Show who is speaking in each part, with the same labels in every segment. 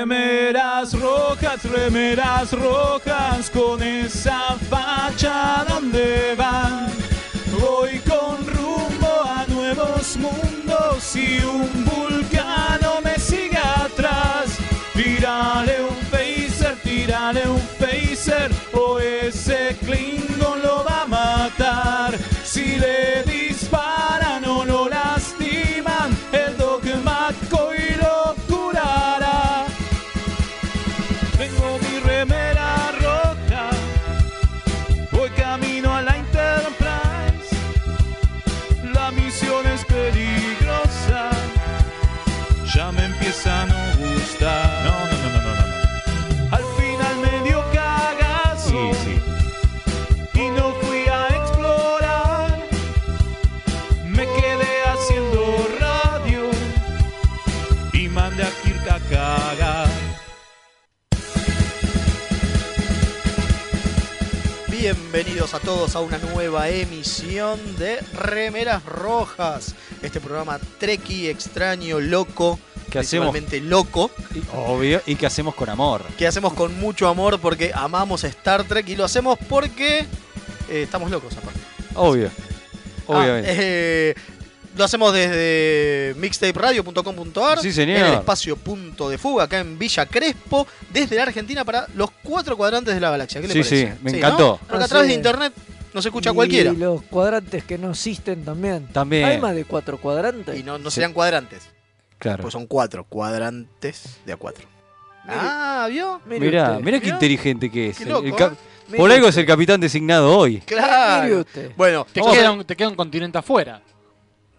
Speaker 1: Remeras rojas, remeras rojas, con esa facha donde van. Voy con rumbo a nuevos mundos y un vulcano me sigue atrás. Tírale un phaser, tírale un phaser, o ese Klingon lo va a matar. Si le disparan o lo lastiman, el dogmático y lo curará. Tengo mi remera rota, voy camino a la Enterprise. La misión es peligrosa, ya me empieza a no gustar.
Speaker 2: No, no, no, no, no, no, no.
Speaker 1: Al final me dio cagazo
Speaker 2: Sí, sí.
Speaker 1: y no fui a explorar. Me quedé haciendo radio y mandé a Kirk a cagar.
Speaker 3: Bienvenidos a todos a una nueva emisión de Remeras Rojas. Este programa treki, extraño, loco,
Speaker 2: ¿Qué hacemos?
Speaker 3: principalmente loco,
Speaker 2: Y- Obvio. ¿Y qué hacemos con amor?
Speaker 3: que hacemos con mucho amor porque amamos Star Trek y lo hacemos porque eh, estamos locos aparte.
Speaker 2: Obvio. Obviamente.
Speaker 3: Ah, eh, lo hacemos desde mixtaperadio.com.ar,
Speaker 2: Sí, señor.
Speaker 3: en el espacio Punto de Fuga, acá en Villa Crespo, desde la Argentina para los cuatro cuadrantes de la galaxia. ¿Qué le
Speaker 2: Sí,
Speaker 3: parece?
Speaker 2: sí, me encantó.
Speaker 3: Porque a
Speaker 4: Así
Speaker 3: través de
Speaker 4: es.
Speaker 3: internet nos escucha
Speaker 4: y
Speaker 3: cualquiera.
Speaker 4: los cuadrantes que no existen también.
Speaker 2: eh, También.
Speaker 4: Hay más de cuatro cuadrantes.
Speaker 3: Y no, no
Speaker 2: Sí.
Speaker 3: serían cuadrantes,
Speaker 2: claro.
Speaker 3: pues son cuatro cuadrantes de a cuatro.
Speaker 4: Mire.
Speaker 3: Ah, ¿vio?
Speaker 4: Mire
Speaker 2: Mirá,
Speaker 4: usted,
Speaker 2: mirá qué
Speaker 3: Mirá.
Speaker 2: inteligente que es.
Speaker 3: Qué
Speaker 2: El-
Speaker 3: loco,
Speaker 2: el cap-
Speaker 3: ¿eh?
Speaker 4: mire
Speaker 2: Por algo es
Speaker 4: usted,
Speaker 2: el capitán designado hoy.
Speaker 4: mire
Speaker 3: Claro.
Speaker 4: usted.
Speaker 3: Bueno,
Speaker 5: Te
Speaker 3: vamos a-
Speaker 5: queda, un, te queda un continente afuera.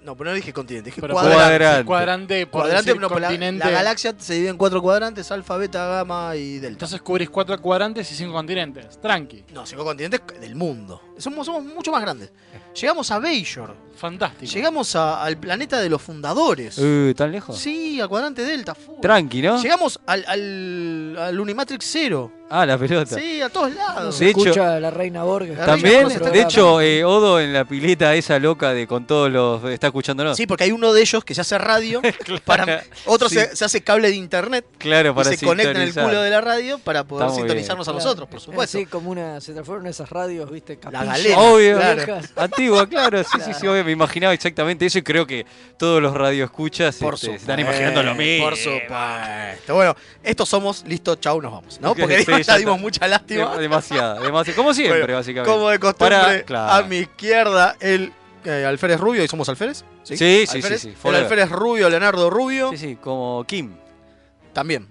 Speaker 3: no, pero no dije continente, dije
Speaker 5: Pero
Speaker 3: cuadrante.
Speaker 2: Cuadrante.
Speaker 5: Cuadrante, por
Speaker 3: Cuadrante,
Speaker 5: decir
Speaker 3: no, pero la,
Speaker 5: continente.
Speaker 3: la galaxia se divide en cuatro cuadrantes, alfa, beta, gamma y delta.
Speaker 5: Entonces cubrís cuatro cuadrantes y cinco continentes. Tranqui.
Speaker 3: No, cinco continentes del mundo. Somos, somos mucho más grandes. Llegamos a Bajor.
Speaker 5: Fantástico.
Speaker 3: Llegamos a- al planeta de los fundadores.
Speaker 2: Uh, ¿Tan lejos?
Speaker 3: Sí, al cuadrante Delta. full.
Speaker 2: Tranqui, ¿no?
Speaker 3: Llegamos al, al, al Unimatrix Zero.
Speaker 2: Ah, la pelota.
Speaker 3: Sí, a todos
Speaker 4: No
Speaker 3: lados.
Speaker 4: se
Speaker 2: De hecho-
Speaker 4: escucha a la reina Borges.
Speaker 3: La
Speaker 2: También,
Speaker 3: Arriba,
Speaker 4: Cuatro
Speaker 2: de
Speaker 3: nosotros
Speaker 2: hecho, eh, Odo en la pileta esa loca de con todos los... Está escuchándonos.
Speaker 3: Sí, porque hay uno de ellos que se hace radio. para, otro
Speaker 2: Sí.
Speaker 3: se, se hace cable de internet.
Speaker 2: Claro, para
Speaker 3: y se conecta en el
Speaker 2: sintonizar.
Speaker 3: culo de la radio para poder
Speaker 2: Está muy
Speaker 3: sintonizarnos a
Speaker 4: Claro.
Speaker 3: nosotros, por supuesto.
Speaker 4: Así como una, se transforman esas radios, viste, capillas.
Speaker 3: galera.
Speaker 2: Obvio.
Speaker 3: Claro.
Speaker 4: viejas.
Speaker 2: Antigua, claro, sí, sí, sí, obvio, me imaginaba exactamente eso y creo que todos los radioescuchas
Speaker 3: Por
Speaker 2: este, se
Speaker 3: supuesto. Eh,
Speaker 2: están imaginando lo mismo.
Speaker 3: Por supuesto. Bueno, estos somos, listo, chau, nos vamos. ¿No?
Speaker 2: Ok,
Speaker 3: Porque
Speaker 2: sí,
Speaker 3: ya
Speaker 2: ya
Speaker 3: dimos
Speaker 2: está.
Speaker 3: mucha
Speaker 2: Dem-
Speaker 3: lástima.
Speaker 2: demasiada, demasiada. Como siempre,
Speaker 3: Bueno,
Speaker 2: básicamente.
Speaker 3: Como de costumbre,
Speaker 2: Para- claro.
Speaker 3: a mi izquierda, el eh, Alférez Rubio, ¿y somos Alférez?
Speaker 2: Sí, sí,
Speaker 3: Alférez.
Speaker 2: sí, sí,
Speaker 3: El
Speaker 2: forever.
Speaker 3: Alférez Rubio, Leonardo Rubio,
Speaker 2: Sí, sí, como Kim.
Speaker 3: también.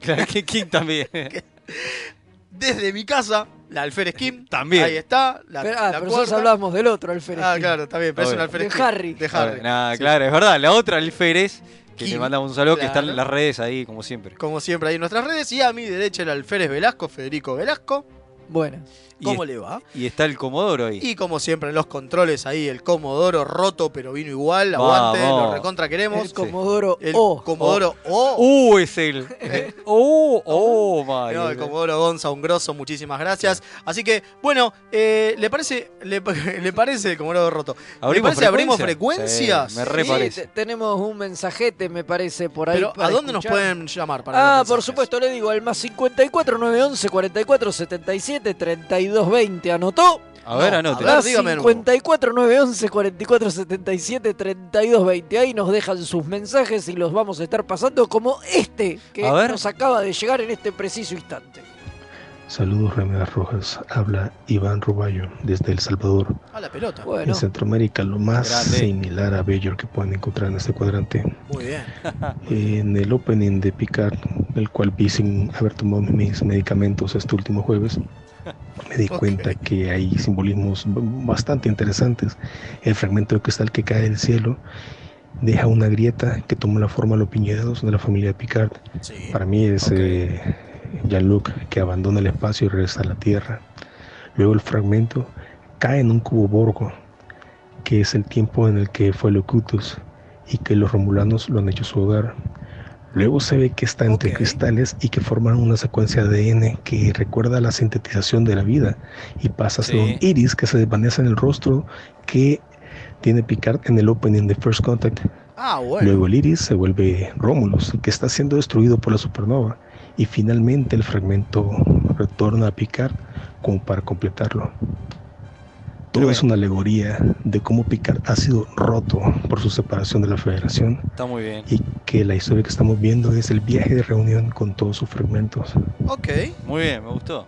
Speaker 2: claro, que Kim también.
Speaker 3: Desde mi casa, la Alférez Kim.
Speaker 2: También.
Speaker 3: Ahí está, la,
Speaker 4: Pero,
Speaker 3: la
Speaker 4: ah, pero
Speaker 3: cuarta.
Speaker 4: nosotros hablábamos del otro, Alférez.
Speaker 3: Ah,
Speaker 4: Kim.
Speaker 3: claro, está bien, pero es
Speaker 2: Obvio.
Speaker 3: un Alférez
Speaker 4: De
Speaker 3: Kim.
Speaker 4: Harry.
Speaker 3: De Harry.
Speaker 2: Nada,
Speaker 3: sí.
Speaker 2: claro, es verdad. La otra, el Férez, que
Speaker 3: Kim,
Speaker 2: le mandamos un saludo, que están
Speaker 3: claro.
Speaker 2: las redes ahí, como siempre.
Speaker 3: Como siempre, ahí en nuestras redes. Y a mi derecha, el Alférez Velasco, Federico Velasco.
Speaker 4: Bueno,
Speaker 2: Y
Speaker 3: ¿Cómo le va?
Speaker 2: Y está el Comodoro ahí.
Speaker 3: Y como siempre, en los controles ahí, el Comodoro roto, pero vino igual. Aguante,
Speaker 2: Vamos.
Speaker 3: lo recontra queremos.
Speaker 4: el Comodoro
Speaker 3: El
Speaker 4: O.
Speaker 3: Comodoro O.
Speaker 2: ¡Uh, es él! ¡Oh, oh, my!
Speaker 3: No, el Comodoro Gonza, un grosso, muchísimas gracias. Así que, bueno, eh, ¿le parece le, pa- le parece el Comodoro Roto?
Speaker 2: ¿Abrimos
Speaker 3: ¿Le parece abrimos
Speaker 2: frecuencia?
Speaker 3: frecuencias?
Speaker 2: Sí, me
Speaker 4: Sí,
Speaker 2: reparece.
Speaker 4: te- tenemos un mensajete, me parece, por ahí.
Speaker 3: Pero,
Speaker 4: para
Speaker 3: ¿a dónde nos
Speaker 4: escuchar.
Speaker 3: pueden llamar? Para
Speaker 4: Ah,
Speaker 3: los
Speaker 4: por
Speaker 3: mensajes?
Speaker 4: supuesto, le digo, al más 54 911 44 77 32 20. Anotó.
Speaker 2: A ver,
Speaker 3: No,
Speaker 2: anote.
Speaker 3: a ver.
Speaker 4: Más
Speaker 3: dígame de nuevo.
Speaker 4: 54 911 44 77 32 20. Ahí nos dejan sus mensajes y los vamos a estar pasando como este que
Speaker 2: A ver.
Speaker 4: nos acaba de llegar en este preciso instante.
Speaker 6: Saludos Remeras Rojas, habla Iván Ruballo desde El Salvador.
Speaker 3: A la pelota.
Speaker 4: Bueno,
Speaker 6: En Centroamérica lo más
Speaker 2: Grande.
Speaker 6: similar a Bellor que pueden encontrar en este cuadrante.
Speaker 3: Muy bien.
Speaker 6: En el opening de Picard, el cual vi sin haber tomado mis medicamentos este último jueves, me di
Speaker 3: Ok.
Speaker 6: cuenta que hay simbolismos b- bastante interesantes. El fragmento de cristal que cae del cielo deja una grieta que toma la forma de los piñedos de la familia de Picard.
Speaker 3: Sí.
Speaker 6: Para mí es
Speaker 2: Ok.
Speaker 6: eh, Jean-Luc que abandona el espacio y regresa a la Tierra. Luego el fragmento cae en un cubo borgo, que es el tiempo en el que fue Locutus y que los romulanos lo han hecho su hogar. Luego se ve que está entre
Speaker 3: Ok.
Speaker 6: cristales y que forman una secuencia de ADN que recuerda a la sintetización de la vida y pasa a ser
Speaker 2: Sí.
Speaker 6: un iris que se desvanece en el rostro que tiene Picard en el opening de First Contact.
Speaker 3: Ah, bueno.
Speaker 6: Luego el Iris se vuelve Romulus, que está siendo destruido por la supernova, y finalmente el fragmento retorna a Picard como para completarlo. Todo es una alegoría de cómo Picard ha sido roto por su separación de la Federación
Speaker 2: Está muy bien.
Speaker 6: y que la historia que estamos viendo es el viaje de reunión con todos sus fragmentos.
Speaker 3: Ok,
Speaker 2: Muy bien, me gustó.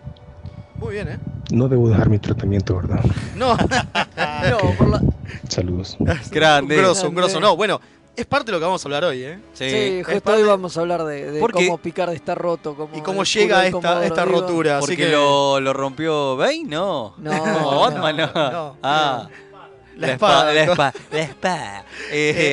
Speaker 3: muy bien, ¿eh?
Speaker 6: No debo dejar mi tratamiento, ¿verdad?
Speaker 3: No,
Speaker 4: No,
Speaker 6: Ok.
Speaker 4: por la-
Speaker 6: Saludos.
Speaker 2: Grande.
Speaker 3: un grosso, un grosso.
Speaker 4: Grande.
Speaker 3: No, bueno, es parte de lo que vamos a hablar hoy, ¿eh?
Speaker 2: Sí.
Speaker 4: sí,
Speaker 3: es
Speaker 4: justo
Speaker 3: parte-
Speaker 4: hoy vamos a hablar de, de
Speaker 2: Porque-
Speaker 4: cómo Picard está roto. Cómo
Speaker 3: Y cómo
Speaker 4: el
Speaker 3: llega
Speaker 4: culo
Speaker 3: a
Speaker 4: de Comodoro
Speaker 3: esta, esta
Speaker 4: Digo.
Speaker 3: rotura.
Speaker 2: Porque
Speaker 3: así que...
Speaker 2: lo, lo rompió Bane, no.
Speaker 4: No,
Speaker 2: Como
Speaker 4: no,
Speaker 2: Batman, no.
Speaker 3: no.
Speaker 2: Ah,
Speaker 3: La espada.
Speaker 2: La espada. La espada. Eh,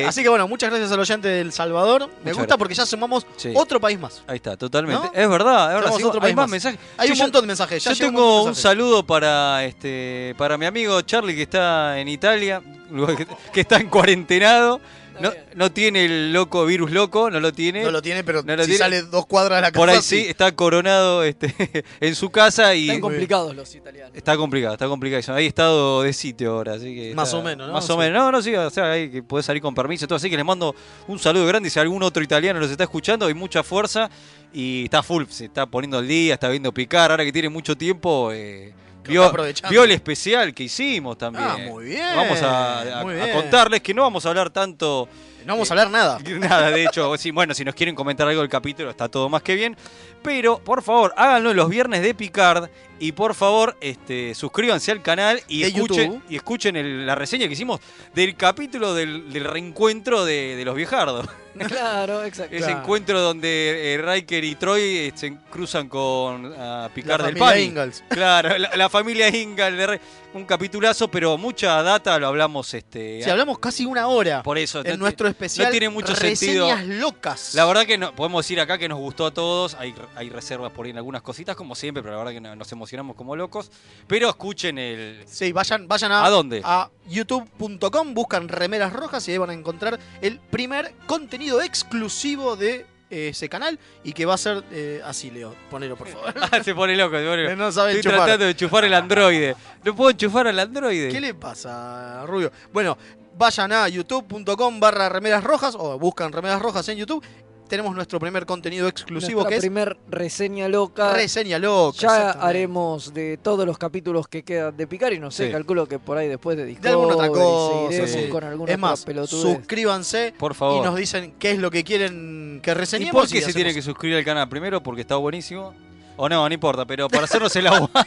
Speaker 3: Eh, así que bueno, muchas gracias al oyente del Salvador. Me
Speaker 2: Muchas
Speaker 3: gusta
Speaker 2: gracias.
Speaker 3: porque ya sumamos
Speaker 2: Sí.
Speaker 3: otro país más.
Speaker 2: Ahí está, totalmente.
Speaker 3: ¿No?
Speaker 2: Es verdad, es verdad.
Speaker 3: Somos
Speaker 2: Sí,
Speaker 3: otro
Speaker 2: hay
Speaker 3: país
Speaker 2: más
Speaker 3: más.
Speaker 2: mensajes.
Speaker 3: Hay
Speaker 2: Che,
Speaker 3: un
Speaker 2: yo-
Speaker 3: montón de mensajes. Ya
Speaker 2: Yo
Speaker 3: llegó
Speaker 2: tengo
Speaker 3: montón de
Speaker 2: un
Speaker 3: mensajes.
Speaker 2: saludo para este para mi amigo Charlie que está en Italia, un lugar que, que está en cuarentenado. No,
Speaker 4: bien.
Speaker 2: no tiene el loco virus loco, no lo tiene.
Speaker 3: No lo tiene, pero
Speaker 2: No lo
Speaker 3: si
Speaker 2: tiene.
Speaker 3: sale dos cuadras de la casa.
Speaker 2: Por ahí sí, está coronado este, en su casa y
Speaker 4: Están complicados los italianos.
Speaker 2: está complicado, está complicado. Ahí estado de sitio ahora, así que
Speaker 3: Más
Speaker 2: está-
Speaker 3: o menos, ¿no?
Speaker 2: Más
Speaker 3: Sí.
Speaker 2: o menos. No, no, sí, o sea, ahí que podés salir con permiso, y todo. Así que les mando un saludo grande. Si algún otro italiano los está escuchando, hay mucha fuerza y está full, se está poniendo al día, está viendo picar. Ahora que tiene mucho tiempo, eh,
Speaker 3: Lo está
Speaker 2: vio,
Speaker 3: aprovechando.
Speaker 2: vio el especial que hicimos también.
Speaker 3: Ah, muy bien.
Speaker 2: Vamos a, a-
Speaker 3: muy
Speaker 2: a
Speaker 3: bien.
Speaker 2: contarles que no vamos a hablar tanto
Speaker 3: No vamos a hablar nada.
Speaker 2: Nada, de hecho, sí, bueno, si nos quieren comentar algo del capítulo, está todo más que bien. Pero, por favor, háganlo los viernes de Picard y por favor, este, suscríbanse al canal y
Speaker 3: De
Speaker 2: escuchen,
Speaker 3: YouTube.
Speaker 2: y escuchen el- la reseña que hicimos del capítulo del, del reencuentro de, de los viejardos.
Speaker 4: Claro, exacto.
Speaker 2: Ese encuentro donde eh, Riker y Troy eh, se cruzan con ah,
Speaker 3: La
Speaker 2: Picard del
Speaker 3: familia
Speaker 2: Pani.
Speaker 3: Ingalls.
Speaker 2: Claro, la, la familia Ingal de Re- un capitulazo, pero mucha data lo hablamos este
Speaker 3: Si hablamos casi una hora
Speaker 2: por eso.
Speaker 3: en
Speaker 2: no-
Speaker 3: nuestro especial.
Speaker 2: tiene mucho sentido.
Speaker 3: reseñas locas.
Speaker 2: La verdad que no, podemos decir acá que nos gustó a todos, hay, hay reservas por ahí en algunas cositas, como siempre, pero la verdad que no- nos emocionamos como locos. Pero escuchen el...
Speaker 3: Sí, vayan, vayan a,
Speaker 2: ¿A dónde?
Speaker 3: a youtube.com, buscan remeras rojas y ahí van a encontrar el primer contenido exclusivo de eh, ese canal y que va a ser eh, así, Leo. Ponelo, por favor.
Speaker 2: Ah, se pone loco, se pone loco.
Speaker 3: no saben
Speaker 2: Estoy
Speaker 3: chupar.
Speaker 2: tratando de enchufar el androide. No puedo enchufar al androide.
Speaker 3: ¿Qué le pasa, Rubio? Bueno, vayan a youtube.com barra remeras rojas o buscan remeras rojas en YouTube. Tenemos nuestro primer contenido exclusivo
Speaker 4: Nuestra
Speaker 3: que es
Speaker 4: primer reseña loca.
Speaker 3: reseña loca.
Speaker 4: ya
Speaker 3: exactamente.
Speaker 4: haremos de todos los capítulos que quedan de Picard y no sé,
Speaker 2: Sí.
Speaker 4: calculo que por ahí después de
Speaker 3: De alguna otra
Speaker 4: Discovery
Speaker 3: cosa,
Speaker 4: seguiremos
Speaker 2: sí.
Speaker 4: con alguna
Speaker 3: Es más,
Speaker 4: otra pelotudez.
Speaker 3: suscríbanse
Speaker 2: Por
Speaker 3: y
Speaker 2: favor.
Speaker 3: nos dicen qué es lo que quieren que
Speaker 2: Oh. ¿Y
Speaker 3: reseñemos.
Speaker 2: por qué se
Speaker 3: hacemos-
Speaker 2: tiene que suscribir al canal primero? Porque está buenísimo. O no, no importa, pero para hacernos el aguante.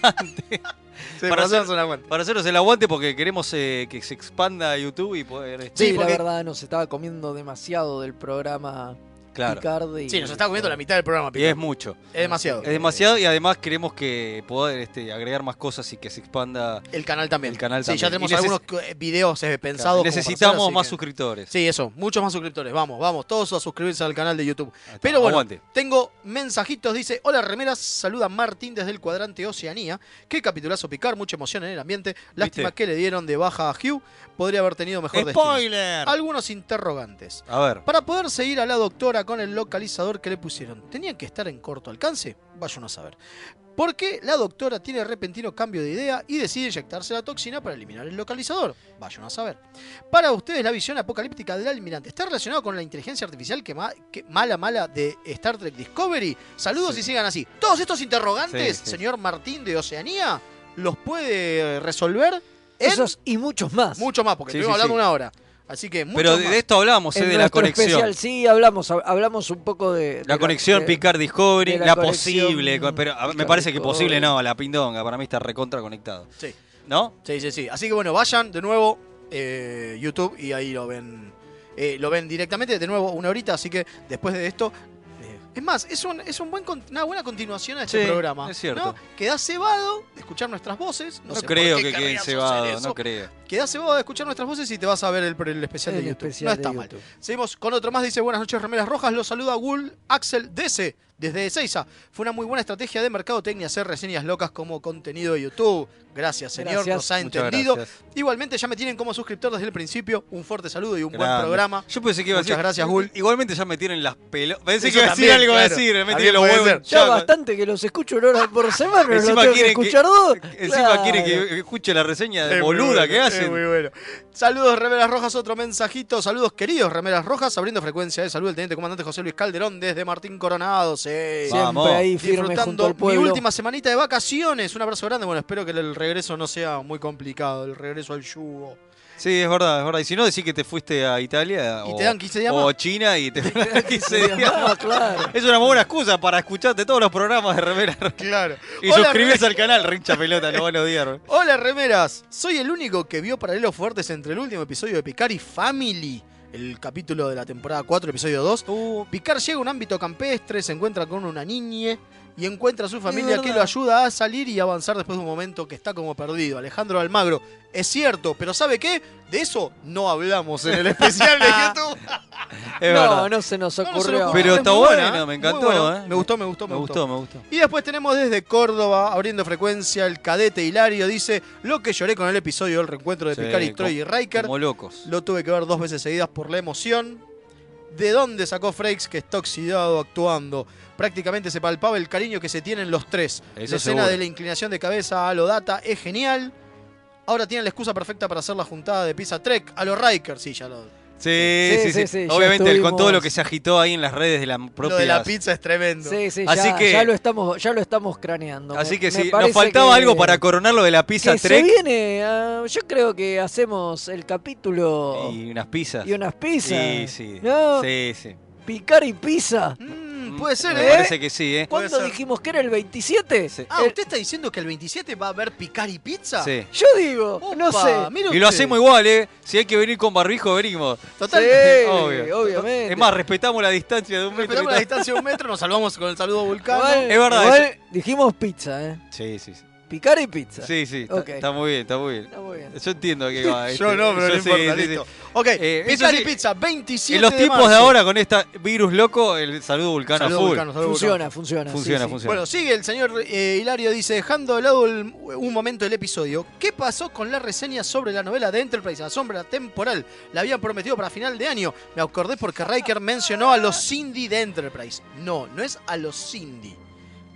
Speaker 3: Sí,
Speaker 2: para
Speaker 3: para
Speaker 2: hacer-
Speaker 3: hacernos una cuenta.
Speaker 2: para hacernos el aguante porque queremos eh, que se expanda YouTube y poder... este,
Speaker 4: Sí,
Speaker 3: Sí, porque-
Speaker 4: la verdad nos estaba comiendo demasiado del programa
Speaker 2: claro.
Speaker 4: Picard y
Speaker 3: Sí, nos está comiendo la mitad del programa,
Speaker 2: Y
Speaker 3: Pico.
Speaker 2: es mucho.
Speaker 3: Es demasiado.
Speaker 2: Es demasiado y además queremos que poder este, agregar más cosas y que se expanda.
Speaker 3: El canal también.
Speaker 2: El canal
Speaker 3: sí, ya
Speaker 2: también.
Speaker 3: tenemos
Speaker 2: Y neces-
Speaker 3: algunos eh, videos eh, pensados. como para hacer,
Speaker 2: Necesitamos
Speaker 3: así
Speaker 2: más
Speaker 3: que-
Speaker 2: suscriptores.
Speaker 3: Sí, eso. Muchos más suscriptores. Vamos, vamos. Todos a suscribirse al canal de YouTube. Pero bueno,
Speaker 2: Aguante.
Speaker 3: tengo mensajitos. Dice, hola remeras, saluda Martín desde el cuadrante Oceanía. Qué capitulazo picar, mucha emoción en el ambiente. Lástima
Speaker 2: ¿Viste?
Speaker 3: que le dieron de baja a Hugh. Podría haber tenido mejor destino.
Speaker 2: ¡Spoiler!
Speaker 3: Algunos interrogantes.
Speaker 2: Ah, A ver.
Speaker 3: Para poder seguir a la doctora con el localizador que le pusieron, ¿tenían que estar en corto alcance? Vayan a saber. Porque la doctora tiene repentino cambio de idea y decide inyectarse la toxina para eliminar el localizador. Vayan a saber. Para ustedes, la visión apocalíptica del almirante está relacionada con la inteligencia artificial que, ma- que mala mala de Star Trek Discovery. Saludos
Speaker 2: Sí.
Speaker 3: y sigan así. Todos estos interrogantes,
Speaker 2: Sí, sí.
Speaker 3: señor Martín de Oceanía, los puede resolver en
Speaker 4: esos y muchos más.
Speaker 3: mucho más, porque
Speaker 2: Sí,
Speaker 3: estuvimos
Speaker 2: sí,
Speaker 3: hablando
Speaker 2: sí.
Speaker 3: una hora. Así que mucho
Speaker 2: Pero de,
Speaker 3: más.
Speaker 2: de esto hablamos, eh,
Speaker 4: En
Speaker 2: de la
Speaker 4: nuestro
Speaker 2: conexión.
Speaker 4: especial sí hablamos hab- hablamos un poco de, de
Speaker 2: La conexión
Speaker 4: de-
Speaker 2: Picard Discovery,
Speaker 4: de
Speaker 2: la,
Speaker 4: la conexión
Speaker 2: posible. co- Pero a- me
Speaker 4: Picard
Speaker 2: parece que posible
Speaker 4: Discovery.
Speaker 2: no, la pindonga. Para mí está recontra conectado.
Speaker 3: Sí.
Speaker 2: ¿No?
Speaker 3: Sí, sí, sí. Así que bueno, vayan de nuevo eh, YouTube y ahí lo ven. eh, lo ven directamente, de nuevo, una horita, así que después de esto. eh, es más, es, un, es un buen con- una buena continuación a este
Speaker 2: Sí,
Speaker 3: programa.
Speaker 2: es cierto.
Speaker 3: ¿no? Quedás cebado de escuchar nuestras voces. No,
Speaker 2: No,
Speaker 3: sé por
Speaker 2: creo
Speaker 3: qué
Speaker 2: que queden
Speaker 3: querrías hacer
Speaker 2: cebados,
Speaker 3: eso.
Speaker 2: no creo.
Speaker 3: Quedás cebado de escuchar nuestras voces y te vas a ver el, el especial
Speaker 4: el
Speaker 3: de YouTube.
Speaker 4: especial
Speaker 3: no
Speaker 4: de
Speaker 3: está mal.
Speaker 4: YouTube.
Speaker 3: Seguimos con otro más, dice Buenas noches, Remeras Rojas. Los saluda Wool Axel DC desde Ezeiza. Fue una muy buena estrategia de mercadotecnia hacer reseñas locas como contenido de YouTube. Gracias, señor,
Speaker 4: Gracias.
Speaker 3: nos ha
Speaker 2: Muchas
Speaker 3: entendido.
Speaker 2: gracias.
Speaker 3: Igualmente ya me tienen como suscriptor desde el principio. Un fuerte saludo y un buen
Speaker 2: Grande.
Speaker 3: programa.
Speaker 2: Yo pensé que iba
Speaker 3: Muchas
Speaker 2: a decir.
Speaker 3: gracias, Gul.
Speaker 2: Igualmente ya me tienen las pelotas. Pensé
Speaker 3: Eso
Speaker 2: que iba a decir
Speaker 3: también,
Speaker 2: algo a
Speaker 3: claro.
Speaker 2: decir. Me metí
Speaker 3: También
Speaker 2: los
Speaker 3: puede
Speaker 2: huevos.
Speaker 3: ser.
Speaker 4: Ya
Speaker 2: Ya,
Speaker 4: bastante que los escucho una hora por semana, no tengo
Speaker 2: Encima
Speaker 4: que
Speaker 2: quieren que-
Speaker 4: escuchar dos.
Speaker 2: Encima
Speaker 4: Claro.
Speaker 2: quiere que escuche la reseña de
Speaker 3: Es
Speaker 2: boluda que
Speaker 3: verdad, Es
Speaker 2: haciendo.
Speaker 3: muy bueno. Saludos, Remeras Rojas, otro mensajito. Saludos, queridos Remeras Rojas, abriendo frecuencia de salud el teniente comandante José Luis Calderón desde Martín Coronado. Sí.
Speaker 4: Siempre
Speaker 2: Vamos.
Speaker 4: ahí firme junto
Speaker 3: Disfrutando
Speaker 4: al
Speaker 3: mi
Speaker 4: pueblo.
Speaker 3: última semanita de vacaciones. Un abrazo grande. Bueno, espero que el regreso no sea muy complicado, el regreso al yugo.
Speaker 2: Sí, es verdad, es verdad. Y si no, decís que te fuiste a Italia
Speaker 3: Y
Speaker 2: o,
Speaker 3: te dan 15 días
Speaker 2: o
Speaker 3: más.
Speaker 2: China y te dan 15 días
Speaker 4: Ah,
Speaker 2: más.
Speaker 4: claro.
Speaker 2: Es una muy buena excusa para escucharte todos los programas de Remera Roja.
Speaker 3: Claro.
Speaker 2: Y
Speaker 3: Hola,
Speaker 2: suscribirse al canal, Rincha Pelota, no van a odiar.
Speaker 3: Hola remeras, soy el único que vio paralelos fuertes entre el último episodio de Picar y Family, el capítulo de la temporada 4, episodio 2.
Speaker 4: Uh.
Speaker 3: Picar llega a un ámbito campestre, se encuentra con una niñe y encuentra a su familia que
Speaker 2: verdad.
Speaker 3: lo ayuda a salir y avanzar después de un momento que está como perdido. Alejandro Almagro, es cierto, pero ¿sabe qué? De eso no hablamos en el especial de YouTube.
Speaker 2: Es
Speaker 4: no,
Speaker 2: verdad.
Speaker 4: no se nos
Speaker 3: No, no se
Speaker 4: ocurrió.
Speaker 3: lo juro,
Speaker 2: Pero está
Speaker 3: muy
Speaker 2: buena,
Speaker 3: buena,
Speaker 2: ¿no? me
Speaker 3: muy
Speaker 2: encantó.
Speaker 3: buena.
Speaker 2: ¿eh?
Speaker 3: Me gustó, me gustó, me,
Speaker 2: me
Speaker 3: gustó.
Speaker 2: gustó, me gustó.
Speaker 3: Y después tenemos desde Córdoba, abriendo frecuencia, el cadete Hilario dice, lo que lloré con el episodio del reencuentro de
Speaker 2: Sí,
Speaker 3: Picard y Troy y Riker,
Speaker 2: Como locos.
Speaker 3: lo tuve que ver dos veces seguidas por la emoción. ¿De dónde sacó Frakes que está oxidado actuando? Prácticamente se palpaba el cariño que se tienen los tres.
Speaker 2: Eso
Speaker 3: la escena
Speaker 2: seguro.
Speaker 3: de la inclinación de cabeza a lo data es genial. Ahora tienen la excusa perfecta para hacer la juntada de Pizza Trek a los Riker. Sí, ya lo,
Speaker 2: Sí, sí, sí.
Speaker 4: Sí, sí, sí, ya
Speaker 2: Obviamente, con todo lo
Speaker 4: estuvimos.
Speaker 2: que se agitó ahí en las redes de la propia.
Speaker 3: lo de la pizza es tremendo.
Speaker 4: Sí, sí,
Speaker 2: Así
Speaker 4: ya,
Speaker 2: que-
Speaker 4: ya lo estamos, ya lo estamos craneando.
Speaker 2: Así
Speaker 4: Me-
Speaker 2: que
Speaker 4: me
Speaker 2: sí, nos
Speaker 4: parece
Speaker 2: faltaba
Speaker 4: que-
Speaker 2: algo para coronar lo de la
Speaker 4: que
Speaker 2: pizza
Speaker 4: se
Speaker 2: Trek
Speaker 4: viene, ah, yo creo que hacemos el capítulo y,
Speaker 2: y unas pizzas.
Speaker 4: unas pizzas.
Speaker 2: Sí, sí.
Speaker 4: ¿no?
Speaker 2: Sí, sí.
Speaker 4: Picar y pizza.
Speaker 3: Mm, puede ser,
Speaker 2: Me
Speaker 3: ¿eh?
Speaker 2: parece que sí, ¿eh?
Speaker 4: ¿Cuándo
Speaker 3: ser.
Speaker 4: dijimos que era el 27?
Speaker 2: Sí.
Speaker 3: Ah,
Speaker 4: El-
Speaker 3: ¿usted está diciendo que el 27 va a haber picar y pizza?
Speaker 2: Eh, Sí.
Speaker 4: yo digo, no
Speaker 3: Opa,
Speaker 4: sé.
Speaker 3: mire
Speaker 2: Y lo
Speaker 3: usted.
Speaker 2: hacemos igual, ¿eh? Si hay que venir con barbijo, venimos.
Speaker 3: Total.
Speaker 4: Sí,
Speaker 2: Obvio.
Speaker 4: obviamente.
Speaker 2: Es más, respetamos la distancia de un metro.
Speaker 3: Respetamos la
Speaker 2: y tal.
Speaker 3: distancia de un metro, nos salvamos con el saludo vulcano.
Speaker 4: Igual-
Speaker 2: Es verdad
Speaker 4: igual dijimos pizza, ¿eh?
Speaker 2: Sí, sí, sí.
Speaker 4: Picar y pizza.
Speaker 2: Sí, sí. Está,
Speaker 4: Ok.
Speaker 2: está muy bien, está muy bien.
Speaker 4: Está muy bien.
Speaker 2: Yo entiendo que va. este,
Speaker 3: Yo no, pero no
Speaker 2: sí,
Speaker 3: importa,
Speaker 2: sí, sí.
Speaker 3: listo. Ok,
Speaker 2: Eh,
Speaker 3: Picar
Speaker 2: eso
Speaker 3: y
Speaker 2: sí,
Speaker 3: Pizza, 27
Speaker 2: En los
Speaker 3: de
Speaker 2: tiempos
Speaker 3: marzo.
Speaker 2: de ahora, con este virus loco, el saludo vulcano
Speaker 3: Saludo
Speaker 2: full.
Speaker 3: Vulcano, saludo
Speaker 4: Funciona,
Speaker 3: Vulcano.
Speaker 4: funciona. sí,
Speaker 2: Funciona,
Speaker 4: sí.
Speaker 2: funciona.
Speaker 3: Bueno, sigue el señor eh, Hilario, dice, dejando de lado el- un momento el episodio, ¿qué pasó con la reseña sobre la novela de Enterprise, La Sombra Temporal? La habían prometido para final de año. Me acordé porque Riker mencionó a los Cindy de Enterprise. No, no es a los Cindy